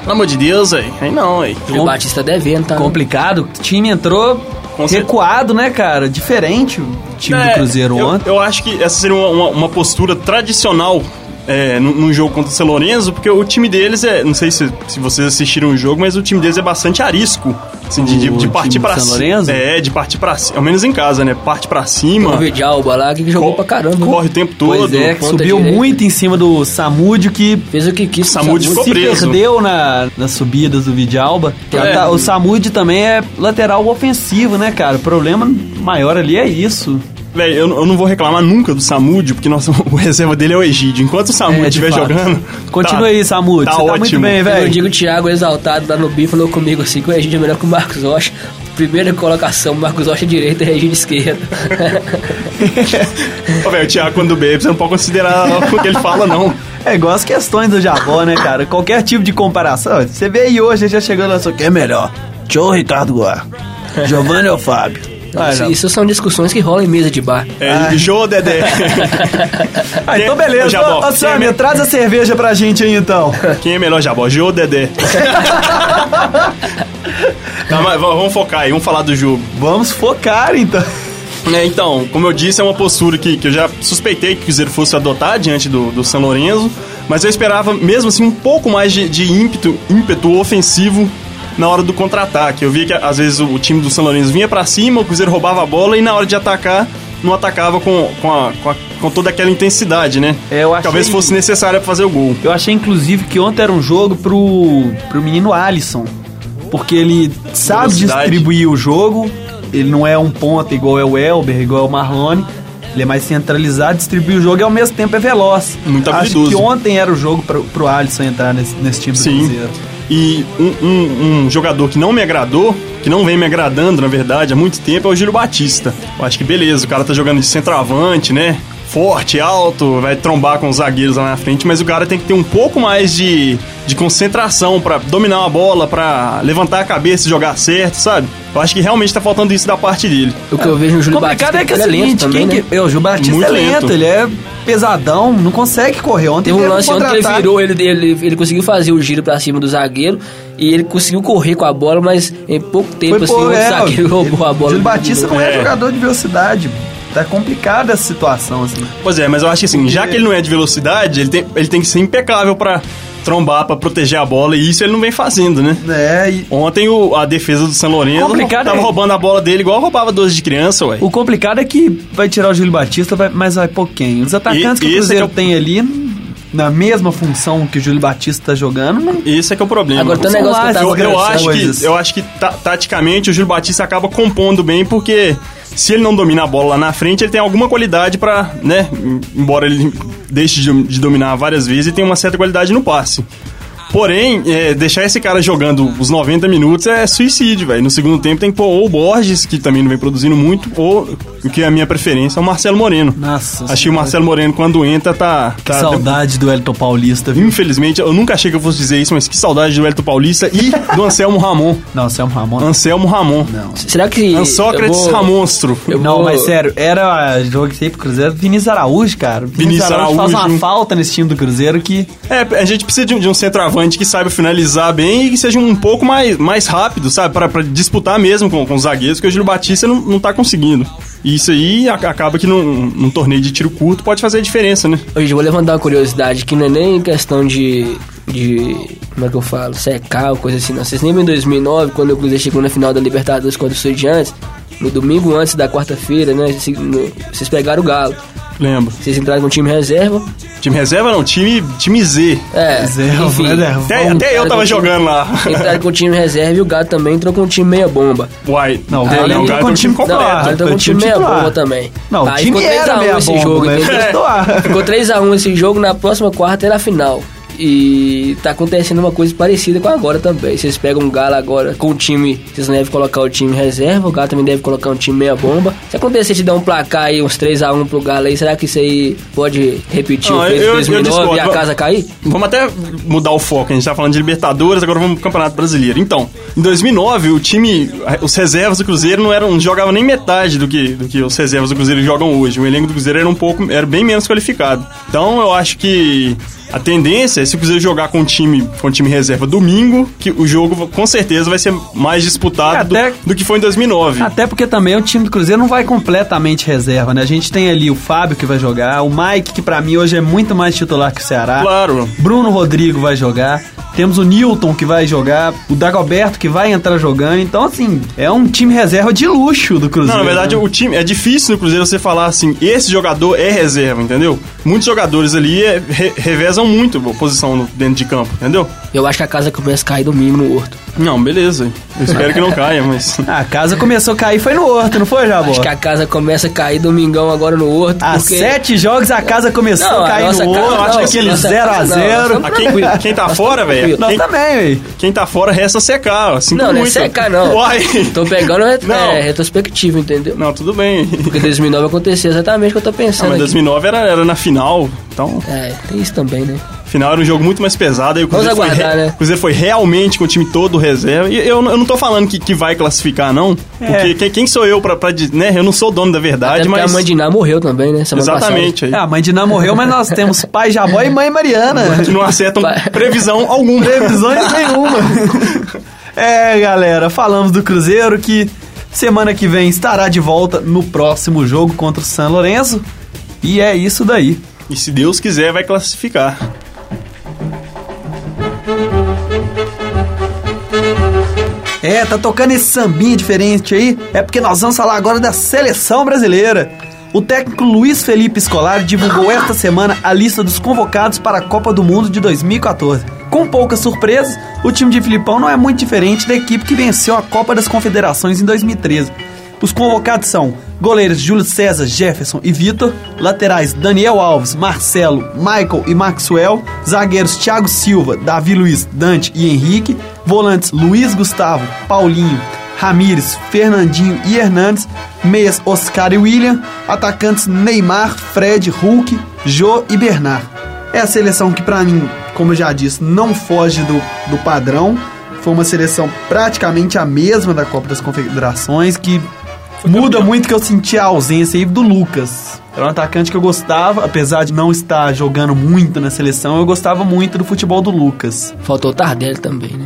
Speaker 7: Pelo amor de Deus, aí. Aí não, aí.
Speaker 3: O Batista devendo, tá?
Speaker 1: Complicado. O time entrou
Speaker 2: Com cer-
Speaker 1: recuado, né, cara? Diferente o time do
Speaker 2: É,
Speaker 1: Cruzeiro
Speaker 2: eu,
Speaker 1: ontem.
Speaker 2: Eu acho que essa seria uma, uma, uma postura tradicional é, num, num jogo contra o São Lourenço, porque o time deles é. Não sei se, se vocês assistiram o jogo, mas o time deles é bastante arisco. Assim, de, de-
Speaker 1: O
Speaker 2: de
Speaker 1: time
Speaker 2: partir
Speaker 1: do
Speaker 2: pra
Speaker 1: São
Speaker 2: cima.
Speaker 1: Lourenço?
Speaker 2: É, de partir pra cima. Ao menos em casa, né? Parte pra
Speaker 3: O
Speaker 2: cima.
Speaker 3: Vidalba lá, que jogou
Speaker 2: co-
Speaker 3: pra caramba.
Speaker 2: Corre o tempo todo.
Speaker 8: Pois é,
Speaker 3: ponta
Speaker 1: Subiu
Speaker 3: direita.
Speaker 1: muito em cima do Samúdio que
Speaker 3: Fez o que quis. com o
Speaker 2: Samudio Ficou
Speaker 3: Samudio.
Speaker 1: se
Speaker 2: preso.
Speaker 1: perdeu na, nas subidas do Vidalba.
Speaker 2: É.
Speaker 1: Tá- O Samúdio também é lateral ofensivo, né, cara? O problema maior ali é isso.
Speaker 2: Véi, eu, eu não vou reclamar nunca do Samúdio, porque nossa, o reserva dele é o Egídio. Enquanto o Samúdio
Speaker 1: É, de
Speaker 2: estiver
Speaker 1: fato.
Speaker 2: jogando.
Speaker 1: Continua
Speaker 2: tá-
Speaker 1: aí, Samúdio.
Speaker 2: Tá
Speaker 1: Você tá
Speaker 2: ótimo.
Speaker 1: muito bem,
Speaker 3: Eu
Speaker 1: velho.
Speaker 3: digo o Thiago exaltado lá no BI falou comigo assim que o Egídio é melhor que o Marcos Rocha. Primeira colocação, Marcos Rocha é direita e Regídio esquerda.
Speaker 2: Ô, véi, o Thiago, quando bebe, você não pode considerar o que ele fala, não.
Speaker 1: É igual as questões do Jabó, né, cara? Qualquer tipo de comparação. Você vê aí hoje, ele já chegando lá, só que é melhor. Tchau, Ricardo Goulart. Giovanni ou Fábio? Ah,
Speaker 3: Então, isso,
Speaker 1: não.
Speaker 3: isso são discussões que rolam em mesa de bar.
Speaker 2: É, Jô, Dedé.
Speaker 3: é
Speaker 1: Ah, então beleza.
Speaker 2: Ô, Jabó, é
Speaker 1: Ô, ô, Samia,
Speaker 2: você-
Speaker 1: traz a cerveja pra gente aí, então.
Speaker 2: Quem é melhor Jabó? Jô ou Dedé? tá, mas v- vamos focar aí, vamos falar do jogo.
Speaker 1: Vamos focar, então.
Speaker 2: É, então, como eu disse, é uma postura que, que eu já suspeitei que o Cruzeiro fosse adotar diante do, do São Lourenço, mas eu esperava mesmo assim um pouco mais de, de ímpeto, ímpeto ofensivo na hora do contra-ataque. Eu via que às vezes o, o time do São Lourenço vinha pra cima, o Cruzeiro roubava a bola e na hora de atacar não atacava com, com, a- com a- com toda aquela intensidade, né?
Speaker 1: É, eu achei-
Speaker 2: Talvez fosse necessária pra fazer o gol.
Speaker 1: Eu achei, inclusive, que ontem era um jogo pro, pro menino Alisson. Porque ele sabe
Speaker 2: Velocidade.
Speaker 1: distribuir o jogo. Ele não é um ponta igual é o Elber, igual é o Marlone. Ele é mais centralizado, distribui o jogo e ao mesmo tempo é veloz.
Speaker 2: Muito
Speaker 1: Acho
Speaker 2: habilidoso.
Speaker 1: que ontem era o jogo pro, pro Alisson entrar nesse, nesse time do
Speaker 2: Sim.
Speaker 1: Cruzeiro.
Speaker 2: E um, um- um jogador que não me agradou, que não vem me agradando, na verdade, há muito tempo, é o Júlio Batista. Eu acho que beleza, o cara tá jogando de centroavante, né? Forte, alto, vai trombar com os zagueiros lá na frente, mas o cara tem que ter um pouco mais de, de concentração pra dominar a bola, pra levantar a cabeça e jogar certo, sabe? Eu acho que realmente tá faltando isso da parte dele.
Speaker 3: O que eu vejo no Júlio
Speaker 1: complicado
Speaker 3: Batista
Speaker 1: é que é o
Speaker 3: ele lento
Speaker 1: seguinte,
Speaker 3: também,
Speaker 1: quem
Speaker 3: né?
Speaker 1: que, é, o Gil Batista
Speaker 2: Muito
Speaker 1: é lento,
Speaker 2: lento.
Speaker 1: ele é pesadão, não consegue correr. Ontem
Speaker 3: Teve um
Speaker 1: teve
Speaker 3: lance ontem que ele
Speaker 1: contra-ataque.
Speaker 3: virou, ele, ele, ele conseguiu fazer o giro pra cima do zagueiro e ele conseguiu correr com a bola, mas em pouco tempo
Speaker 1: Foi
Speaker 3: assim,
Speaker 1: por
Speaker 3: o
Speaker 1: é,
Speaker 3: zagueiro roubou a bola.
Speaker 1: Júlio Batista não é,
Speaker 2: É.
Speaker 1: jogador de velocidade. Tá complicada essa situação, assim.
Speaker 2: Pois é, mas eu acho que assim, já que ele não é de velocidade, ele tem, ele tem que ser impecável pra trombar, pra proteger a bola, e isso ele não vem fazendo, né?
Speaker 1: É, e
Speaker 2: Ontem o- a defesa do San Lourenço
Speaker 1: Complicado,
Speaker 2: tava
Speaker 1: hein?
Speaker 2: roubando a bola dele igual roubava 12 de criança, ué.
Speaker 1: o complicado é que vai tirar o Júlio Batista, vai- mas vai pôr quem? Os atacantes
Speaker 2: E-
Speaker 1: que o
Speaker 2: esse
Speaker 1: Cruzeiro
Speaker 2: é que é o-
Speaker 1: tem ali, na mesma função que o Júlio Batista tá jogando, não
Speaker 2: Esse é que é o problema.
Speaker 3: Agora tem um
Speaker 1: São
Speaker 3: negócio que eu
Speaker 1: lá,
Speaker 3: tava
Speaker 2: eu, eu
Speaker 1: grandes
Speaker 2: acho
Speaker 1: coisas.
Speaker 2: que, eu acho que ta- taticamente o Júlio Batista acaba compondo bem, porque se ele não domina a bola lá na frente, ele tem alguma qualidade pra, né? em- Embora ele deixe de, de dominar várias vezes, ele tem uma certa qualidade no passe. Porém, é, deixar esse cara jogando os 90 minutos é suicídio, velho. No segundo tempo tem que pôr ou o Borges, que também não vem produzindo muito, ou, o que é a minha preferência, é o Marcelo Moreno.
Speaker 1: Nossa
Speaker 2: Achei o
Speaker 1: senhora.
Speaker 2: Marcelo Moreno, quando entra, tá...
Speaker 1: Que
Speaker 2: tá
Speaker 1: saudade do Elton Paulista, viu?
Speaker 2: Infelizmente, eu nunca achei que eu fosse dizer isso, mas que saudade do Elton Paulista e do Anselmo Ramon.
Speaker 1: Não, Selmo é um Ramon.
Speaker 2: Anselmo Ramon. É um
Speaker 1: Não.
Speaker 3: Será que.
Speaker 2: Ansócrates
Speaker 3: eu vou-
Speaker 2: Ramonstro.
Speaker 3: eu
Speaker 1: não,
Speaker 3: vou-
Speaker 1: mas é sério, era jogo que aí pro Cruzeiro. Vinícius Araújo, cara.
Speaker 2: Vinícius
Speaker 1: faz
Speaker 2: Araújo.
Speaker 1: uma falta nesse time do Cruzeiro que.
Speaker 2: É, a gente precisa de um, de um centroavante que saiba finalizar bem e que seja um pouco mais, mais rápido, sabe? Pra, pra disputar mesmo com, com os zagueiros, porque o Júlio Batista não, não tá conseguindo. E isso aí a- acaba que num, num torneio de tiro curto pode fazer a diferença, né?
Speaker 3: Hoje eu vou levantar uma curiosidade que não é nem questão de. de como é que eu falo? Secar ou coisa assim, não. Vocês lembram em 2009, quando o Cruzeiro chegou na final da Libertadores contra o Estudiantes? No domingo antes da quarta-feira, né? se- no- Vocês pegaram o Galo.
Speaker 2: Lembro.
Speaker 3: Vocês entraram com o time reserva.
Speaker 2: Time reserva não, time, time Z.
Speaker 3: É,
Speaker 1: Reserva, né?
Speaker 3: enfim,
Speaker 1: reserva.
Speaker 2: Até,
Speaker 3: Bom,
Speaker 2: até eu
Speaker 3: cara,
Speaker 2: tava
Speaker 3: que time-
Speaker 2: jogando lá.
Speaker 3: entraram com o time reserva e o Galo também entrou com o time meia bomba.
Speaker 2: Uai.
Speaker 1: Não, é o
Speaker 3: Aí,
Speaker 1: Galo
Speaker 2: não,
Speaker 1: entrou
Speaker 2: cara,
Speaker 1: com
Speaker 2: tem um
Speaker 1: o time
Speaker 2: time
Speaker 3: Não,
Speaker 1: titular.
Speaker 2: Ah,
Speaker 3: ele tá com
Speaker 1: Foi
Speaker 3: o time meia
Speaker 1: titular.
Speaker 3: bomba também.
Speaker 1: Não, o
Speaker 3: Aí
Speaker 1: time
Speaker 3: ficou 3
Speaker 1: era
Speaker 3: a 1
Speaker 1: meia
Speaker 3: esse
Speaker 1: bomba,
Speaker 3: jogo,
Speaker 1: mas
Speaker 3: entendeu?
Speaker 1: foi titular.
Speaker 3: Ficou 3x1 esse jogo, na próxima quarta era a final. E tá acontecendo uma coisa parecida com agora também. Vocês pegam o Galo agora com o time, vocês não devem colocar o time reserva, o Galo também deve colocar um time meia bomba. Se acontecer de dar um placar aí, uns 3x1 pro Galo aí, será que isso aí pode repetir
Speaker 2: Não,
Speaker 3: o que fez em
Speaker 2: eu- eu
Speaker 3: 2009 e a
Speaker 2: discordo.
Speaker 3: casa cair?
Speaker 2: Vamos até mudar o foco, a gente tá falando de Libertadores, agora vamos pro Campeonato Brasileiro. Então, em 2009, o time, os reservas do Cruzeiro não eram, não jogavam nem metade do que, do que os reservas do Cruzeiro jogam hoje. O elenco do Cruzeiro era um pouco, era bem menos qualificado. Então, eu acho que a tendência é se o Cruzeiro jogar com o time, com o time reserva domingo, que o jogo com certeza vai ser mais disputado
Speaker 1: E É, até-
Speaker 2: do, do que foi em 2009.
Speaker 1: Até porque também o time do Cruzeiro não vai completamente reserva, né? A gente tem ali o Fábio que vai jogar, o Mike, que pra mim hoje é muito mais titular que o Ceará.
Speaker 2: Claro.
Speaker 1: Bruno Rodrigo vai jogar. Temos o Newton que vai jogar, o Dagoberto que vai entrar jogando. Então, assim, é um time reserva de luxo do Cruzeiro.
Speaker 2: Não, na verdade,
Speaker 1: né?
Speaker 2: o time. É difícil no Cruzeiro você falar assim, esse jogador é reserva, entendeu? Muitos jogadores ali é, re- revezam muito a posição no- dentro de campo, entendeu?
Speaker 3: Eu acho que a casa começa a cair domingo no Horto.
Speaker 2: Não, beleza. Eu espero que não caia, mas.
Speaker 1: A casa começou a cair, foi no Horto, não foi,
Speaker 2: Tá
Speaker 1: Jabó?
Speaker 3: Acho que a casa começa a cair domingão agora no Horto.
Speaker 2: Ah,
Speaker 1: Há
Speaker 3: porque-
Speaker 1: sete jogos a casa começou
Speaker 3: Não,
Speaker 1: a cair
Speaker 3: nossa
Speaker 1: no
Speaker 3: casa-
Speaker 1: Horto,
Speaker 2: não,
Speaker 1: acho que
Speaker 2: nossa
Speaker 1: aquele
Speaker 3: casa-
Speaker 1: 0x0.
Speaker 3: não,
Speaker 2: Ah, quem, quem tá fora, velho?
Speaker 1: Nós
Speaker 2: Quem,
Speaker 1: também, velho.
Speaker 2: quem tá fora resta secar. ó, Sinto
Speaker 3: Não, não é
Speaker 2: muito.
Speaker 3: secar, não.
Speaker 2: Uai.
Speaker 3: Tô pegando é,
Speaker 2: Não.
Speaker 3: é, retrospectivo, entendeu?
Speaker 2: Não, tudo bem.
Speaker 3: Porque 2009 aconteceu exatamente o que eu tô
Speaker 2: Ah,
Speaker 3: pensando
Speaker 2: mas
Speaker 3: aqui.
Speaker 2: 2009 era, era na final, então.
Speaker 3: É, tem isso também, né?
Speaker 2: Final era um jogo muito mais pesado. Aí o
Speaker 3: Vamos
Speaker 2: Cruzeiro,
Speaker 3: aguardar,
Speaker 2: foi, re-
Speaker 3: né?
Speaker 2: o Cruzeiro foi realmente com o time todo reserva. E eu, eu não tô falando que, que vai classificar, não. Porque quem, quem sou eu pra, pra. dizer, né? Eu não sou o dono da
Speaker 3: Até
Speaker 2: verdade,
Speaker 3: porque
Speaker 2: mas.
Speaker 3: a mãe de Iná morreu também, né? Semana
Speaker 2: Exatamente. aí.
Speaker 1: Ah, a mãe de Ná morreu, mas nós temos pai Jabó e mãe Mariana.
Speaker 2: Que não acertam
Speaker 3: Vai.
Speaker 2: previsão alguma.
Speaker 1: previsões nenhuma. é, galera, falamos do Cruzeiro que semana que vem estará de volta no próximo jogo contra o San Lourenço. E é isso daí.
Speaker 2: E se Deus quiser, vai classificar.
Speaker 1: É, tá tocando esse sambinha diferente aí. É porque nós vamos falar agora da seleção brasileira. O técnico Luiz Felipe Scolari divulgou esta semana a lista dos convocados para a Copa do Mundo de 2014. Com poucas surpresas, o time de Filipão não é muito diferente da equipe que venceu a Copa das Confederações em 2013. Os convocados são goleiros Júlio César, Jefferson e Vitor, laterais Daniel Alves, Marcelo, Michael e Maxwell, zagueiros Thiago Silva, Davi Luiz, Dante e Henrique, volantes Luiz Gustavo, Paulinho, Ramires, Fernandinho e Hernandes, meias Oscar e William, atacantes Neymar, Fred, Hulk, Jô e Bernard. É a seleção que, pra mim, como eu já disse, não foge do, do padrão. Foi uma seleção praticamente a mesma da Copa das Confederações, que muda muito que eu senti a ausência aí do Lucas. Era um atacante que eu gostava, apesar de não estar jogando muito na seleção, eu gostava muito do futebol do Lucas.
Speaker 3: passada. Faltou o Tardelli também, né?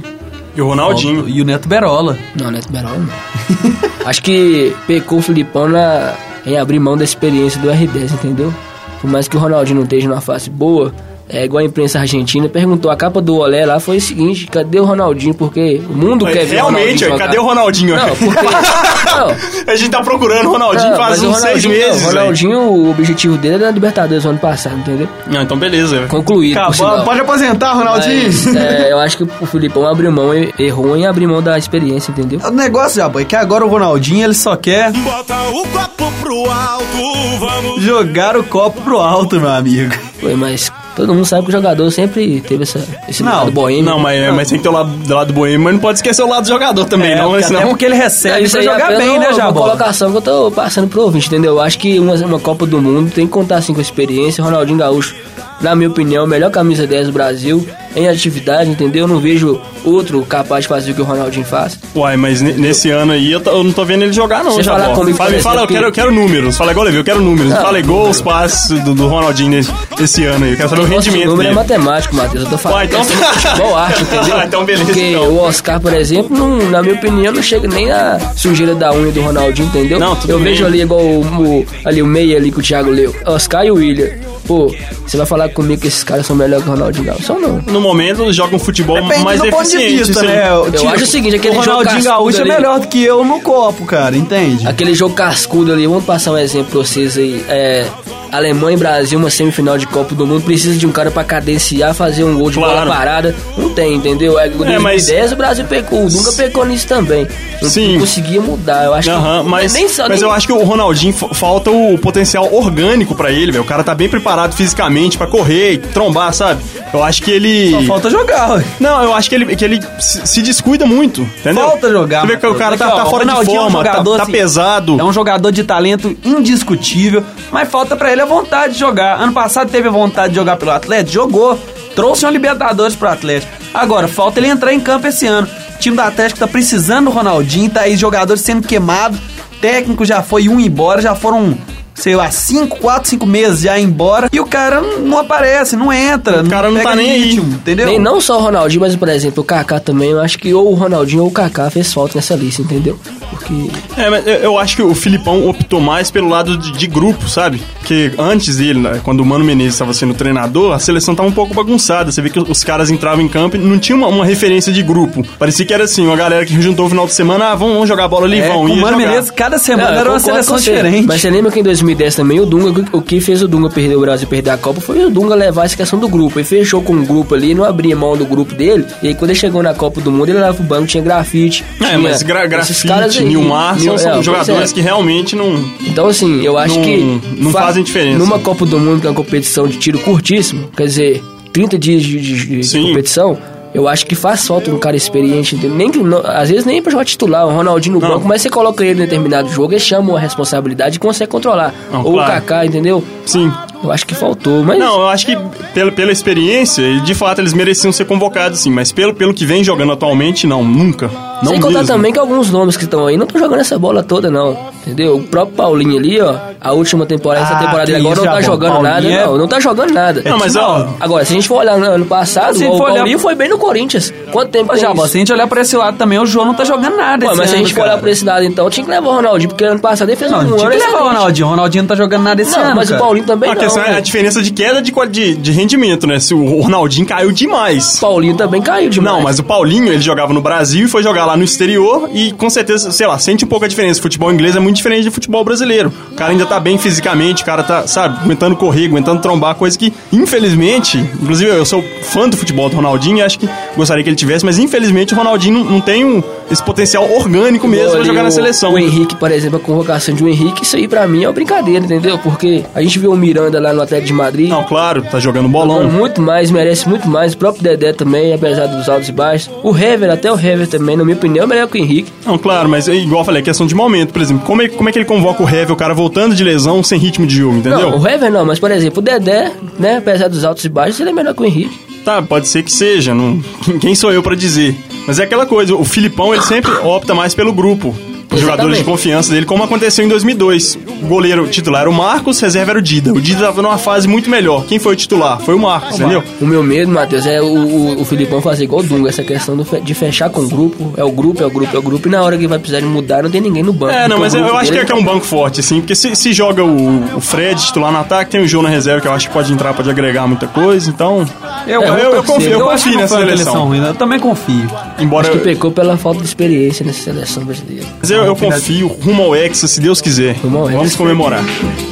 Speaker 2: E o Ronaldinho.
Speaker 1: E o Neto Berola.
Speaker 3: Não, Neto Berola não. Acho que pecou o Filipão na, em abrir mão da experiência do R10, entendeu? Por mais que o Ronaldinho não esteja numa fase boa, é igual a imprensa argentina perguntou, a capa do Olé lá foi o seguinte, cadê o Ronaldinho? Porque o mundo
Speaker 2: Mas
Speaker 3: quer ver
Speaker 2: Realmente, ó,
Speaker 3: o Ronaldinho jogar.
Speaker 2: cadê o Ronaldinho? ó?
Speaker 3: Não, porque... não,
Speaker 2: A gente tá procurando o Ronaldinho
Speaker 3: Não,
Speaker 2: faz
Speaker 3: mas o
Speaker 2: uns seis
Speaker 3: Ronaldinho-
Speaker 2: meses.
Speaker 3: O
Speaker 2: velho.
Speaker 3: Ronaldinho, o objetivo dele era a Libertadores no ano passado, entendeu?
Speaker 2: Não, então beleza. velho.
Speaker 3: Concluído, por
Speaker 1: Acabou,
Speaker 3: sinal.
Speaker 1: pode aposentar, Ronaldinho!
Speaker 3: Ah, Mas, é, eu acho que o Filipão abriu mão, e- errou em abrir mão da experiência, entendeu?
Speaker 1: O negócio, Jabba, é que agora o Ronaldinho ele só quer
Speaker 5: Bota o copo pro alto, vamos.
Speaker 1: jogar o copo pro alto, meu amigo.
Speaker 3: Foi, mas Todo mundo sabe que o jogador sempre teve essa, esse
Speaker 1: Não,
Speaker 3: lado boêmio.
Speaker 2: Não, mas, mas tem que ter o lado, do lado boêmio, mas não pode esquecer o lado do jogador também,
Speaker 1: É,
Speaker 2: não,
Speaker 1: porque
Speaker 2: porque
Speaker 1: até
Speaker 2: senão...
Speaker 1: porque ele
Speaker 3: Não,
Speaker 1: recebe
Speaker 3: isso
Speaker 1: pra
Speaker 3: aí é
Speaker 1: jogar
Speaker 3: apenas
Speaker 1: bem,
Speaker 3: uma,
Speaker 1: né,
Speaker 3: Uma
Speaker 1: Jabó?
Speaker 3: colocação que eu tô passando pro ouvinte, entendeu? Eu acho que uma, uma Copa do Mundo tem que contar assim com a experiência. Ronaldinho Gaúcho, na minha opinião, o melhor camisa 10 do Brasil em atividade, entendeu? Eu não vejo outro capaz de fazer o que o Ronaldinho faz.
Speaker 2: Uai, mas ne- nesse ano aí eu, tô- eu não tô vendo ele jogar, não,
Speaker 3: Você
Speaker 2: Jabó.
Speaker 3: fala comigo,
Speaker 2: fala, me
Speaker 3: parece
Speaker 2: fala, eu
Speaker 3: que-
Speaker 2: quero, eu quero números. Fala igual Levi, eu quero números.
Speaker 3: Não,
Speaker 2: fala igual os passes do, do Ronaldinho nesse, esse ano aí. Eu quero saber o
Speaker 3: Nosso
Speaker 2: rendimento
Speaker 3: número
Speaker 2: dele.
Speaker 3: é matemático, Matheus. Eu tô falando
Speaker 2: Ué, então-
Speaker 3: questão de futebol arte, entendeu?
Speaker 2: Ah, então beleza,
Speaker 3: Porque
Speaker 2: então.
Speaker 3: o Oscar, por exemplo, não- na minha opinião, não chega nem a sujeira da unha do Ronaldinho, entendeu?
Speaker 2: Não, tudo
Speaker 3: Eu
Speaker 2: bem.
Speaker 3: vejo ali igual o, o- ali, o meia ali que o Thiago leu. Oscar e o William. Pô, você vai falar comigo que esses caras são melhores que o Ronaldinho Gaúcho? Só não.
Speaker 2: No momento, joga um futebol
Speaker 1: Depende
Speaker 2: mais
Speaker 1: do ponto de
Speaker 2: eficiente.
Speaker 1: vista,
Speaker 2: se ele-
Speaker 1: né?
Speaker 3: Eu acho o seguinte, aquele
Speaker 1: o
Speaker 3: jogo
Speaker 1: Ronaldinho
Speaker 3: cascudo
Speaker 1: Gaúcho
Speaker 3: ali-
Speaker 1: é melhor do que eu no copo, cara, entende?
Speaker 3: Aquele jogo cascudo ali, vamos passar um exemplo pra vocês aí. É, Alemanha e Brasil, uma semifinal de Copa do Mundo, precisa de um cara pra cadenciar, fazer um gol de
Speaker 2: Claro.
Speaker 3: bola parada. Não tem, entendeu? É, em
Speaker 2: É,
Speaker 3: 2010
Speaker 2: mas-
Speaker 3: o Brasil pecou, o Dunga pecou nisso também. Não-
Speaker 2: Sim.
Speaker 3: Não conseguia mudar, eu acho
Speaker 2: Aham,
Speaker 3: que... é
Speaker 2: mas,
Speaker 3: nem só,
Speaker 2: mas
Speaker 3: nem-
Speaker 2: eu acho que o Ronaldinho fa- falta o potencial orgânico pra ele, velho. O cara tá bem preparado fisicamente pra correr e trombar, sabe? Eu acho que ele.
Speaker 1: Só falta jogar, ué.
Speaker 2: Não, eu acho que ele, que ele se, se descuida muito, entendeu?
Speaker 1: Falta jogar,
Speaker 2: Você vê que o
Speaker 1: Matheus.
Speaker 2: cara tá,
Speaker 1: Aqui, ó,
Speaker 2: tá
Speaker 1: o
Speaker 2: fora de
Speaker 1: Ronaldinho é um
Speaker 2: forma, tá-
Speaker 1: jogador,
Speaker 2: tá,
Speaker 1: assim,
Speaker 2: pesado.
Speaker 1: É um jogador de talento indiscutível, mas falta pra ele a vontade de jogar. Ano passado teve a vontade de jogar pelo Atlético, jogou, trouxe um Libertadores pro Atlético. Agora, falta ele entrar em campo esse ano. O time do Atlético tá precisando do Ronaldinho, tá aí jogadores sendo queimados, técnico já foi um embora, já foram, sei lá, cinco, quatro, cinco meses já embora, e o cara não não aparece, não entra, o
Speaker 2: cara não tá nem aí.
Speaker 1: entendeu?
Speaker 3: Nem não só o Ronaldinho, mas por exemplo, o Kaká também, eu acho que ou o Ronaldinho ou o Kaká fez falta nessa lista, entendeu? Porque
Speaker 2: É, mas eu- eu acho que o Filipão optou mais pelo lado de, de grupo, sabe? Que antes dele, né, quando o Mano Menezes estava sendo treinador, a seleção tava um pouco bagunçada. Você vê que os caras entravam em campo e não tinha uma, uma referência de grupo. Parecia que era assim, uma galera que juntou o final de semana, ah, vamos, vamos jogar bola ali,
Speaker 1: É, com
Speaker 2: vão.
Speaker 1: o
Speaker 2: ia
Speaker 1: Mano
Speaker 2: jogar.
Speaker 1: Menezes, cada
Speaker 3: Não,
Speaker 1: semana
Speaker 3: eu
Speaker 1: era uma
Speaker 3: concordo com
Speaker 1: seleção
Speaker 3: você.
Speaker 1: diferente.
Speaker 3: Mas você lembra que em 2010 também o Dunga, o que fez o Dunga perder o Brasil e perder a Copa foi o Dunga levar essa questão do grupo. Ele fechou com o grupo ali, não abria mão do grupo dele. E aí quando ele chegou na Copa do Mundo, ele levava pro banco, tinha grafite.
Speaker 2: É,
Speaker 3: tinha
Speaker 2: mas gra
Speaker 3: esses
Speaker 2: Grafite,
Speaker 3: caras aí.
Speaker 2: Nilmar são,
Speaker 3: Nil-
Speaker 2: são
Speaker 3: é, pois
Speaker 2: jogadores
Speaker 3: é.
Speaker 2: que realmente não.
Speaker 3: Então, assim, eu acho
Speaker 2: Não-
Speaker 3: que.
Speaker 2: não
Speaker 3: fa-
Speaker 2: fazem diferença.
Speaker 3: Numa Copa do Mundo, que é uma competição de tiro curtíssimo, quer dizer, 30 dias de, de- de- de
Speaker 2: Sim.
Speaker 3: competição. Eu acho que faz falta um cara experiente, entendeu? Nem que, não- às vezes nem pra jogar titular, o Ronaldinho no
Speaker 2: Não.
Speaker 3: banco, mas você coloca ele em determinado jogo, ele chama a responsabilidade e consegue controlar.
Speaker 2: Não,
Speaker 3: Ou
Speaker 2: claro.
Speaker 3: o Kaká, entendeu?
Speaker 2: Sim.
Speaker 3: Eu acho que faltou, mas.
Speaker 2: Não, eu acho que pela, pela experiência, de fato, eles mereciam ser convocados, sim. Mas pelo, pelo que vem jogando atualmente, não, nunca. Não
Speaker 3: Sem contar
Speaker 2: mesmo.
Speaker 3: também que alguns nomes que estão aí não estão jogando essa bola toda, não. Entendeu? O próprio Paulinho ali, ó, a última temporada,
Speaker 1: Ah,
Speaker 3: essa temporada
Speaker 1: que
Speaker 3: dele agora
Speaker 1: isso,
Speaker 3: não tá
Speaker 1: Jabão.
Speaker 3: jogando nada,
Speaker 1: Paulinho é-
Speaker 3: não. Não tá jogando nada.
Speaker 2: Não, mas ó,
Speaker 3: Agora, se a gente for olhar no ano passado,
Speaker 1: Se
Speaker 3: o
Speaker 1: for olhar-
Speaker 3: Paulinho foi bem no Corinthians. Quanto tempo
Speaker 1: Mas,
Speaker 3: tem
Speaker 1: já,
Speaker 3: é isso?
Speaker 1: mas se a gente olhar pra esse lado também, o João não tá jogando nada.
Speaker 3: Pô,
Speaker 1: esse
Speaker 3: mas se a
Speaker 1: ano,
Speaker 3: gente for
Speaker 1: cara.
Speaker 3: olhar por esse lado, então tinha que levar o Ronaldinho, porque ano passado ele fez um
Speaker 1: Não, tinha
Speaker 3: ano
Speaker 1: que levar o
Speaker 3: excelente.
Speaker 1: Ronaldinho. O Ronaldinho não tá jogando nada esse
Speaker 3: Não,
Speaker 1: ano.
Speaker 3: mas
Speaker 1: cara.
Speaker 3: o Paulinho também
Speaker 2: a
Speaker 3: não. né?
Speaker 2: questão é a
Speaker 3: velho.
Speaker 2: diferença de queda de, qua- de, de rendimento, né? Se o Ronaldinho caiu demais.
Speaker 3: O Paulinho também caiu demais.
Speaker 2: Não, mas o Paulinho, ele jogava no Brasil e foi jogar lá no exterior e com certeza, sei lá, sente um pouco a diferença. O futebol inglês é muito diferente do futebol brasileiro. O cara ainda tá bem fisicamente, o cara tá, sabe, aguentando correr, aguentando trombar, coisa que, infelizmente, inclusive eu sou fã do futebol do Ronaldinho e acho que gostaria que ele tivesse, mas infelizmente o Ronaldinho não, não tem um- esse potencial orgânico mesmo pra
Speaker 3: Ali,
Speaker 2: jogar na
Speaker 3: o-
Speaker 2: seleção.
Speaker 3: O Henrique, por exemplo, a convocação de um Henrique, isso aí pra mim é uma brincadeira, entendeu? Porque a gente viu o Miranda lá no Atlético de Madrid.
Speaker 2: Não, claro, tá jogando bolão.
Speaker 3: Mano, muito mais, merece muito mais. O próprio Dedé também, apesar dos altos e baixos. O Hever, até o Hever também, na minha opinião, é melhor que o Henrique.
Speaker 2: Não, claro, mas é igual eu falei, é questão de momento, por exemplo. Como é, como é que ele convoca o Heavy, o cara voltando de lesão, sem ritmo de jogo, entendeu?
Speaker 3: Não, o Hever não, mas por exemplo, o Dedé, né, apesar dos altos e baixos, ele é melhor que o Henrique.
Speaker 2: Tá, pode ser que seja, não... quem sou eu pra dizer? Mas é aquela coisa, o Filipão ele sempre opta mais pelo grupo. Os
Speaker 3: Exatamente.
Speaker 2: jogadores de confiança dele, como aconteceu em 2002. O goleiro titular era o Marcos, reserva era o Dida. O Dida tava numa fase muito melhor. Quem foi o titular? Foi o Marcos, entendeu?
Speaker 3: O meu medo, Matheus, é o, o, o Filipão fazer igual o Dunga, essa questão do fe- de fechar com o grupo. É o grupo, é o grupo, é o grupo, e na hora que vai precisar de mudar, não tem ninguém no banco.
Speaker 2: É, não,
Speaker 3: porque o
Speaker 2: mas eu,
Speaker 3: grupo
Speaker 2: eu acho que
Speaker 3: dele-
Speaker 2: é, que é um banco forte, assim, porque se, se joga o, o Fred titular no ataque, tem o João na reserva, que eu acho que pode entrar, pode agregar muita coisa, então.
Speaker 1: Eu,
Speaker 2: eu,
Speaker 3: É, vamos
Speaker 2: eu
Speaker 3: torcer.
Speaker 2: confio, eu
Speaker 1: acho que
Speaker 2: confio
Speaker 1: não
Speaker 2: nessa
Speaker 1: foi uma
Speaker 2: seleção.
Speaker 1: ruim, né? Eu também confio.
Speaker 2: Embora.
Speaker 3: Acho que pecou pela falta de experiência nessa seleção brasileira.
Speaker 2: Mas eu, eu confio rumo ao Hexa, se Deus quiser.
Speaker 3: Rumo ao
Speaker 2: Vamos
Speaker 3: Hexa.
Speaker 2: comemorar.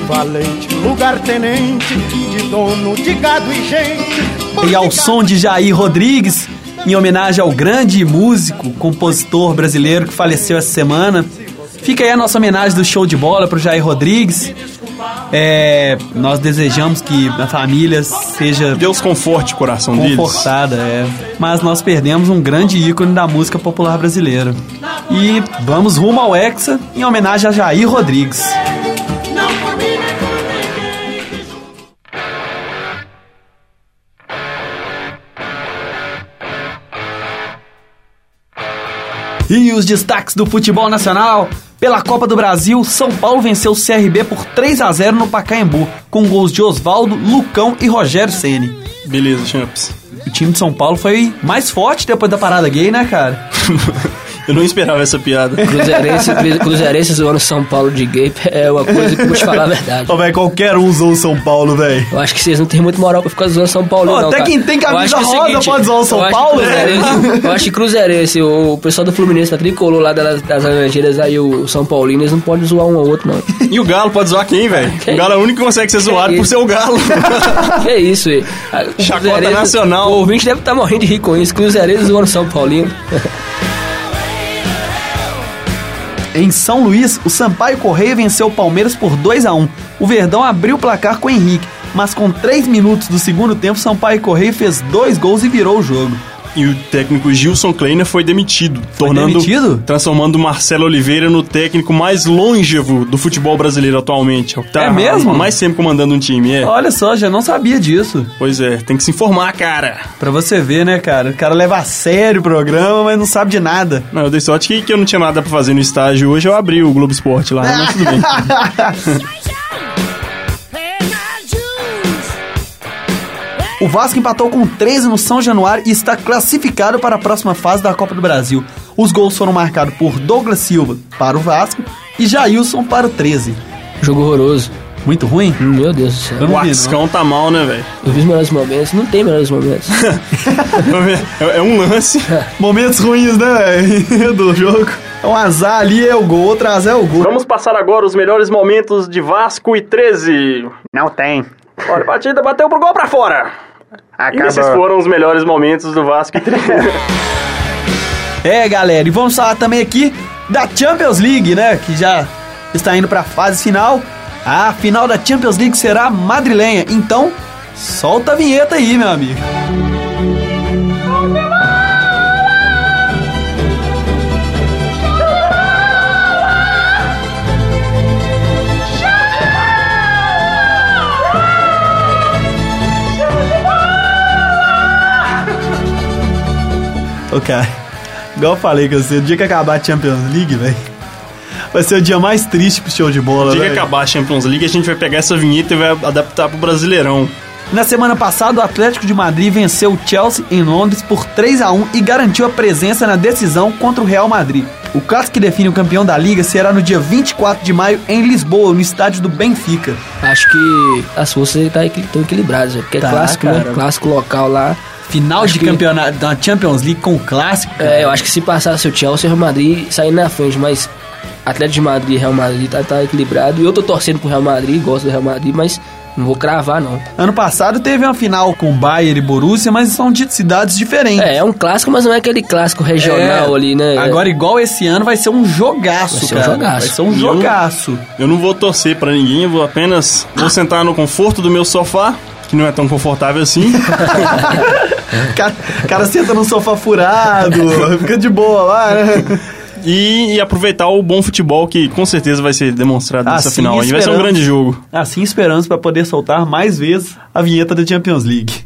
Speaker 5: Valente, lugar tenente, de dono de gado e gente.
Speaker 1: E ao som de Jair Rodrigues, em homenagem ao grande músico, compositor brasileiro que faleceu essa semana. Fica aí a nossa homenagem do show de bola pro Jair Rodrigues. É, nós desejamos que a família seja
Speaker 2: Deus conforte o coração deles.
Speaker 1: confortada, é. Mas nós perdemos um grande ícone da música popular brasileira. E vamos rumo ao Hexa em homenagem a Jair Rodrigues. E os destaques do futebol nacional. Pela Copa do Brasil, São Paulo venceu o CRB por 3 a 0 no Pacaembu, com gols de Oswaldo, Lucão e Rogério Ceni.
Speaker 2: Beleza, Champs.
Speaker 1: O time de São Paulo foi mais forte depois da parada gay, né, cara?
Speaker 2: Eu não esperava essa piada.
Speaker 3: Cruzeirense, Cruzeirense zoando São Paulo de gay é uma coisa que eu vou te falar a verdade.
Speaker 1: Ô, velho, qualquer um usou o São Paulo, velho.
Speaker 3: Eu acho que vocês não têm muito moral pra ficar zoando São Paulo,
Speaker 1: Pô,
Speaker 3: não.
Speaker 1: até
Speaker 3: cara.
Speaker 1: quem tem camisa
Speaker 3: Eu acho que é o
Speaker 1: rosa pode zoar o São
Speaker 3: eu acho que
Speaker 1: Paulo, né?
Speaker 3: Cruzeirense- Eu acho que Cruzeirense, o, o pessoal do Fluminense tá tricolor lá das, das Laranjeiras, aí o São Paulino, eles não podem zoar um ao outro, não.
Speaker 2: E o Galo pode zoar quem, velho? O Galo é o único que consegue ser zoado por ser o Galo.
Speaker 3: que é isso, velho.
Speaker 2: Chacota nacional.
Speaker 3: O ouvinte deve estar morrendo de rir com isso. Cruzeirense zoando São Paulino.
Speaker 1: Em São Luís, o Sampaio Correia venceu o Palmeiras por 2 a 1 O Verdão abriu o placar com o Henrique, mas com 3 minutos do segundo tempo, Sampaio Correia fez dois gols e virou o jogo.
Speaker 2: E o técnico Gilson Kleiner foi demitido, tornando
Speaker 1: demitido?
Speaker 2: transformando o Marcelo Oliveira no técnico mais longevo do futebol brasileiro atualmente. o que tá
Speaker 1: É mesmo?
Speaker 2: há Mais tempo comandando um time, é.
Speaker 1: Olha só, já não sabia disso.
Speaker 2: Pois é, tem que se informar, cara.
Speaker 1: Pra você ver, né, cara? O cara leva a sério o programa, mas não sabe de nada.
Speaker 2: Não, eu dei sorte que, que eu não tinha nada pra fazer no estágio hoje, eu abri o Globo Esporte lá, né? mas tudo bem.
Speaker 1: O Vasco empatou com 13 no São Januário e está classificado para a próxima fase da Copa do Brasil. Os gols foram marcados por Douglas Silva para o Vasco e Jailson para o 13.
Speaker 3: Jogo horroroso.
Speaker 1: Muito ruim?
Speaker 3: Meu Deus do céu.
Speaker 1: Eu
Speaker 2: O
Speaker 1: não vi, não.
Speaker 2: Axcão tá mal, né, velho?
Speaker 3: Eu vi os melhores momentos. Não tem melhores momentos.
Speaker 2: É, é um lance.
Speaker 1: Momentos ruins, né, velho? do jogo. É um azar ali, é o gol, outro azar é o gol.
Speaker 2: Vamos passar agora os melhores momentos de Vasco e 13.
Speaker 8: Não tem.
Speaker 2: Olha, a partida bateu pro gol pra fora. E esses
Speaker 8: Acabou.
Speaker 2: foram os melhores momentos do Vasco e 13.
Speaker 1: É, galera, e vamos falar também aqui da Champions League, né? Que já está indo para a fase final. A final da Champions League será madrilenha. Então, solta a vinheta aí, meu amigo. Ô, cara, igual eu falei com você, o dia que acabar a Champions League, velho, vai ser o dia mais triste pro show de bola,
Speaker 2: Chega
Speaker 1: velho.
Speaker 2: acabar a Champions League, a gente vai pegar essa vinheta e vai adaptar pro Brasileirão.
Speaker 1: Na semana passada, o Atlético de Madrid venceu o Chelsea em Londres por 3 a 1 e garantiu a presença na decisão contra o Real Madrid. O clássico que define o campeão da liga será no dia 24 de maio em Lisboa, no estádio do Benfica.
Speaker 3: Acho que as forças estão equilibradas, né? porque
Speaker 1: Tá,
Speaker 3: é clássico,
Speaker 1: cara.
Speaker 3: né? Clássico local lá.
Speaker 1: Final
Speaker 3: Acho
Speaker 1: de
Speaker 3: que-
Speaker 1: campeonato da Champions League com o clássico.
Speaker 3: É, eu acho que se passasse o Chelsea, o Real Madrid sair na frente, mas Atlético de Madrid e Real Madrid tá, tá equilibrado. E eu tô torcendo pro Real Madrid, gosto do Real Madrid, mas não vou cravar, não.
Speaker 1: Ano passado teve uma final com Bayern e Borussia, mas são de cidades diferentes.
Speaker 3: É, é um clássico, mas não é aquele clássico regional
Speaker 1: É.
Speaker 3: ali, né?
Speaker 1: Agora, igual esse ano, vai ser um jogaço,
Speaker 3: Vai ser um
Speaker 1: cara.
Speaker 3: jogaço.
Speaker 1: Vai ser um
Speaker 2: E eu-
Speaker 1: jogaço.
Speaker 2: Eu não vou torcer pra ninguém, eu vou apenas vou sentar no conforto do meu sofá, que não é tão confortável assim.
Speaker 1: O cara, o cara senta no sofá furado, fica de boa lá, né?
Speaker 2: e, e aproveitar o bom futebol que com certeza vai ser demonstrado nessa
Speaker 1: Assim
Speaker 2: final. aí. vai ser um
Speaker 1: esperamos.
Speaker 2: grande jogo.
Speaker 1: Assim esperamos para poder soltar mais vezes a vinheta da Champions League.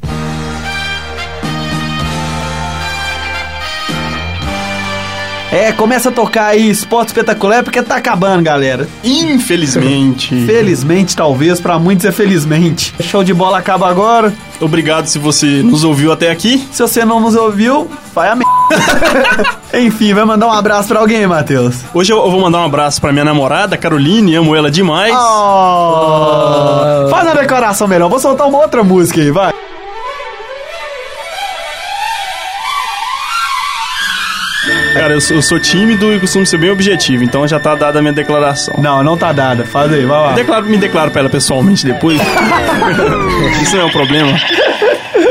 Speaker 1: É, começa a tocar aí esporte espetacular porque tá acabando, galera.
Speaker 2: Infelizmente.
Speaker 1: Felizmente, talvez, pra muitos é felizmente. Show de bola acaba agora.
Speaker 2: Obrigado se você nos ouviu até aqui.
Speaker 1: Se você não nos ouviu, vai a merda. Enfim, vai mandar um abraço pra alguém, Matheus.
Speaker 2: Hoje eu eu vou mandar um abraço pra minha namorada, Caroline, amo ela demais.
Speaker 1: Ah. Oh. Faz uma decoração melhor, vou soltar uma outra música aí, vai.
Speaker 2: Cara, eu sou, eu sou tímido e costumo ser bem objetivo, então já tá dada a minha declaração.
Speaker 1: Não, não tá dada, faz aí, vai lá.
Speaker 2: Declaro, me declaro pra ela pessoalmente depois. Isso não é um problema.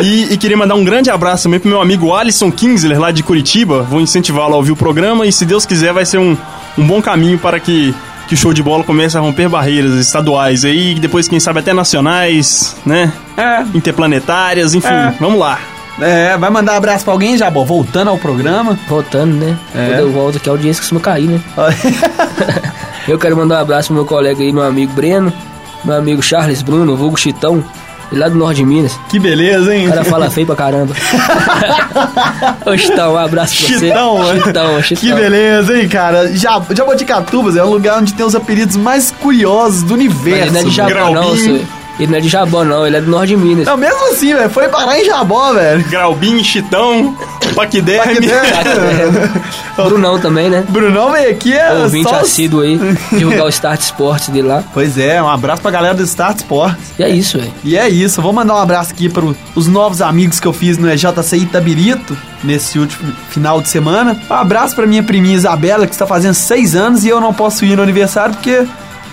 Speaker 2: E, e queria mandar um grande abraço também pro meu amigo Alisson Kingsler, lá de Curitiba. Vou incentivá-lo a ouvir o programa e, se Deus quiser, vai ser um, um bom caminho para que que o show de bola começa a romper barreiras estaduais aí, e depois, quem sabe, até nacionais, né?
Speaker 1: É.
Speaker 2: Interplanetárias, enfim,
Speaker 1: É.
Speaker 2: vamos lá.
Speaker 1: É, vai mandar abraço pra alguém, Jabó? Voltando ao programa.
Speaker 3: Voltando, né?
Speaker 1: É.
Speaker 3: Quando eu volto aqui, a audiência costuma cair, né? Eu quero mandar um abraço pro meu colega aí, meu amigo Breno, meu amigo Charles Bruno, vulgo Chitão, ele lá do norte de Minas.
Speaker 1: que beleza,
Speaker 3: O
Speaker 1: hein?
Speaker 3: cara fala feio pra caramba. Ô, Chitão, um abraço pra você.
Speaker 1: Chitão, mano.
Speaker 3: Chitão, Chitão.
Speaker 1: Que beleza, hein, cara? Ja- Jaboticatubas é o lugar onde tem os apelidos mais curiosos do
Speaker 3: Mas
Speaker 1: universo.
Speaker 3: Ele não é de
Speaker 1: velho.
Speaker 3: Jabão, não,
Speaker 2: Graubinho.
Speaker 3: senhor. Ele não é de Jabão, não. Ele é do norte de Minas.
Speaker 1: não, mesmo assim, velho, foi parar em Jabó, velho.
Speaker 2: Graubinho, Chitão, Paquiderme.
Speaker 3: Brunão também, né?
Speaker 1: Brunão veio aqui, é
Speaker 3: Ouvinte
Speaker 1: só...
Speaker 3: assíduo aí, divulgar o Start Sports dele lá.
Speaker 1: Pois é, um abraço pra galera do Start Sports.
Speaker 3: E é isso, velho.
Speaker 1: E é isso, vou mandar um abraço aqui para os novos amigos que eu fiz no EJC Itabirito nesse último final de semana. Um abraço pra minha priminha Isabela, que está fazendo seis anos e eu não posso ir no aniversário porque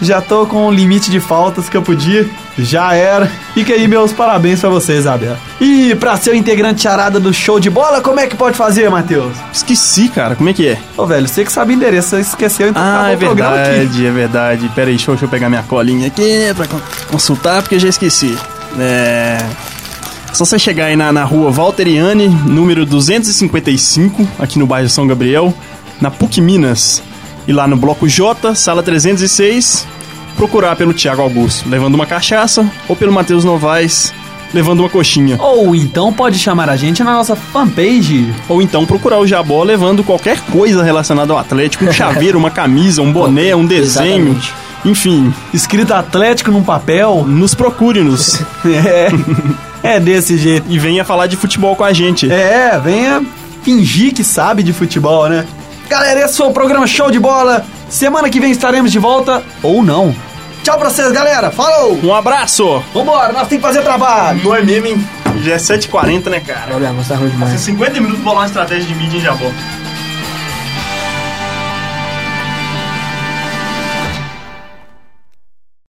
Speaker 1: já tô com o limite de faltas que eu podia. Já era. Fica aí meus parabéns pra você, Isabela. E pra ser o integrante charada do show de bola, como é que pode fazer, Matheus?
Speaker 2: Esqueci, cara, como é que é?
Speaker 1: Ô, velho, você que sabe o endereço, você esqueceu, então
Speaker 2: Ah,
Speaker 1: acabou
Speaker 2: é
Speaker 1: o programa aqui.
Speaker 2: verdade, é verdade. Pera aí, deixa eu, deixa eu pegar minha colinha aqui né, pra con- consultar, porque eu já esqueci. É... Só você chegar aí na, na rua Valteriane, número 255, aqui no bairro São Gabriel, na PUC Minas. E lá no bloco J, sala 306, procurar pelo Tiago Augusto, levando uma cachaça, ou pelo Matheus Novaes, levando uma coxinha.
Speaker 1: Ou então pode chamar a gente na nossa fanpage
Speaker 2: Ou então procurar o Jabó levando qualquer coisa relacionada ao Atlético, um chaveiro, uma camisa, um boné, um desenho.
Speaker 3: Exatamente.
Speaker 2: Enfim,
Speaker 1: escrito Atlético num papel.
Speaker 2: nos procure-nos
Speaker 1: É, é desse jeito.
Speaker 2: e venha falar de futebol com a gente.
Speaker 1: É, venha fingir que sabe de futebol, né? Galera, esse foi o programa Show de Bola. Semana que vem estaremos de volta, ou não. Tchau pra vocês, galera. Falou!
Speaker 2: Um abraço!
Speaker 1: Vambora, nós temos que fazer trabalho.
Speaker 2: Não é mesmo, hein? Já é 7h40, né, cara?
Speaker 3: Olha, você tá ruim demais.
Speaker 2: 50 minutos bolar uma estratégia de mídia em Jabó.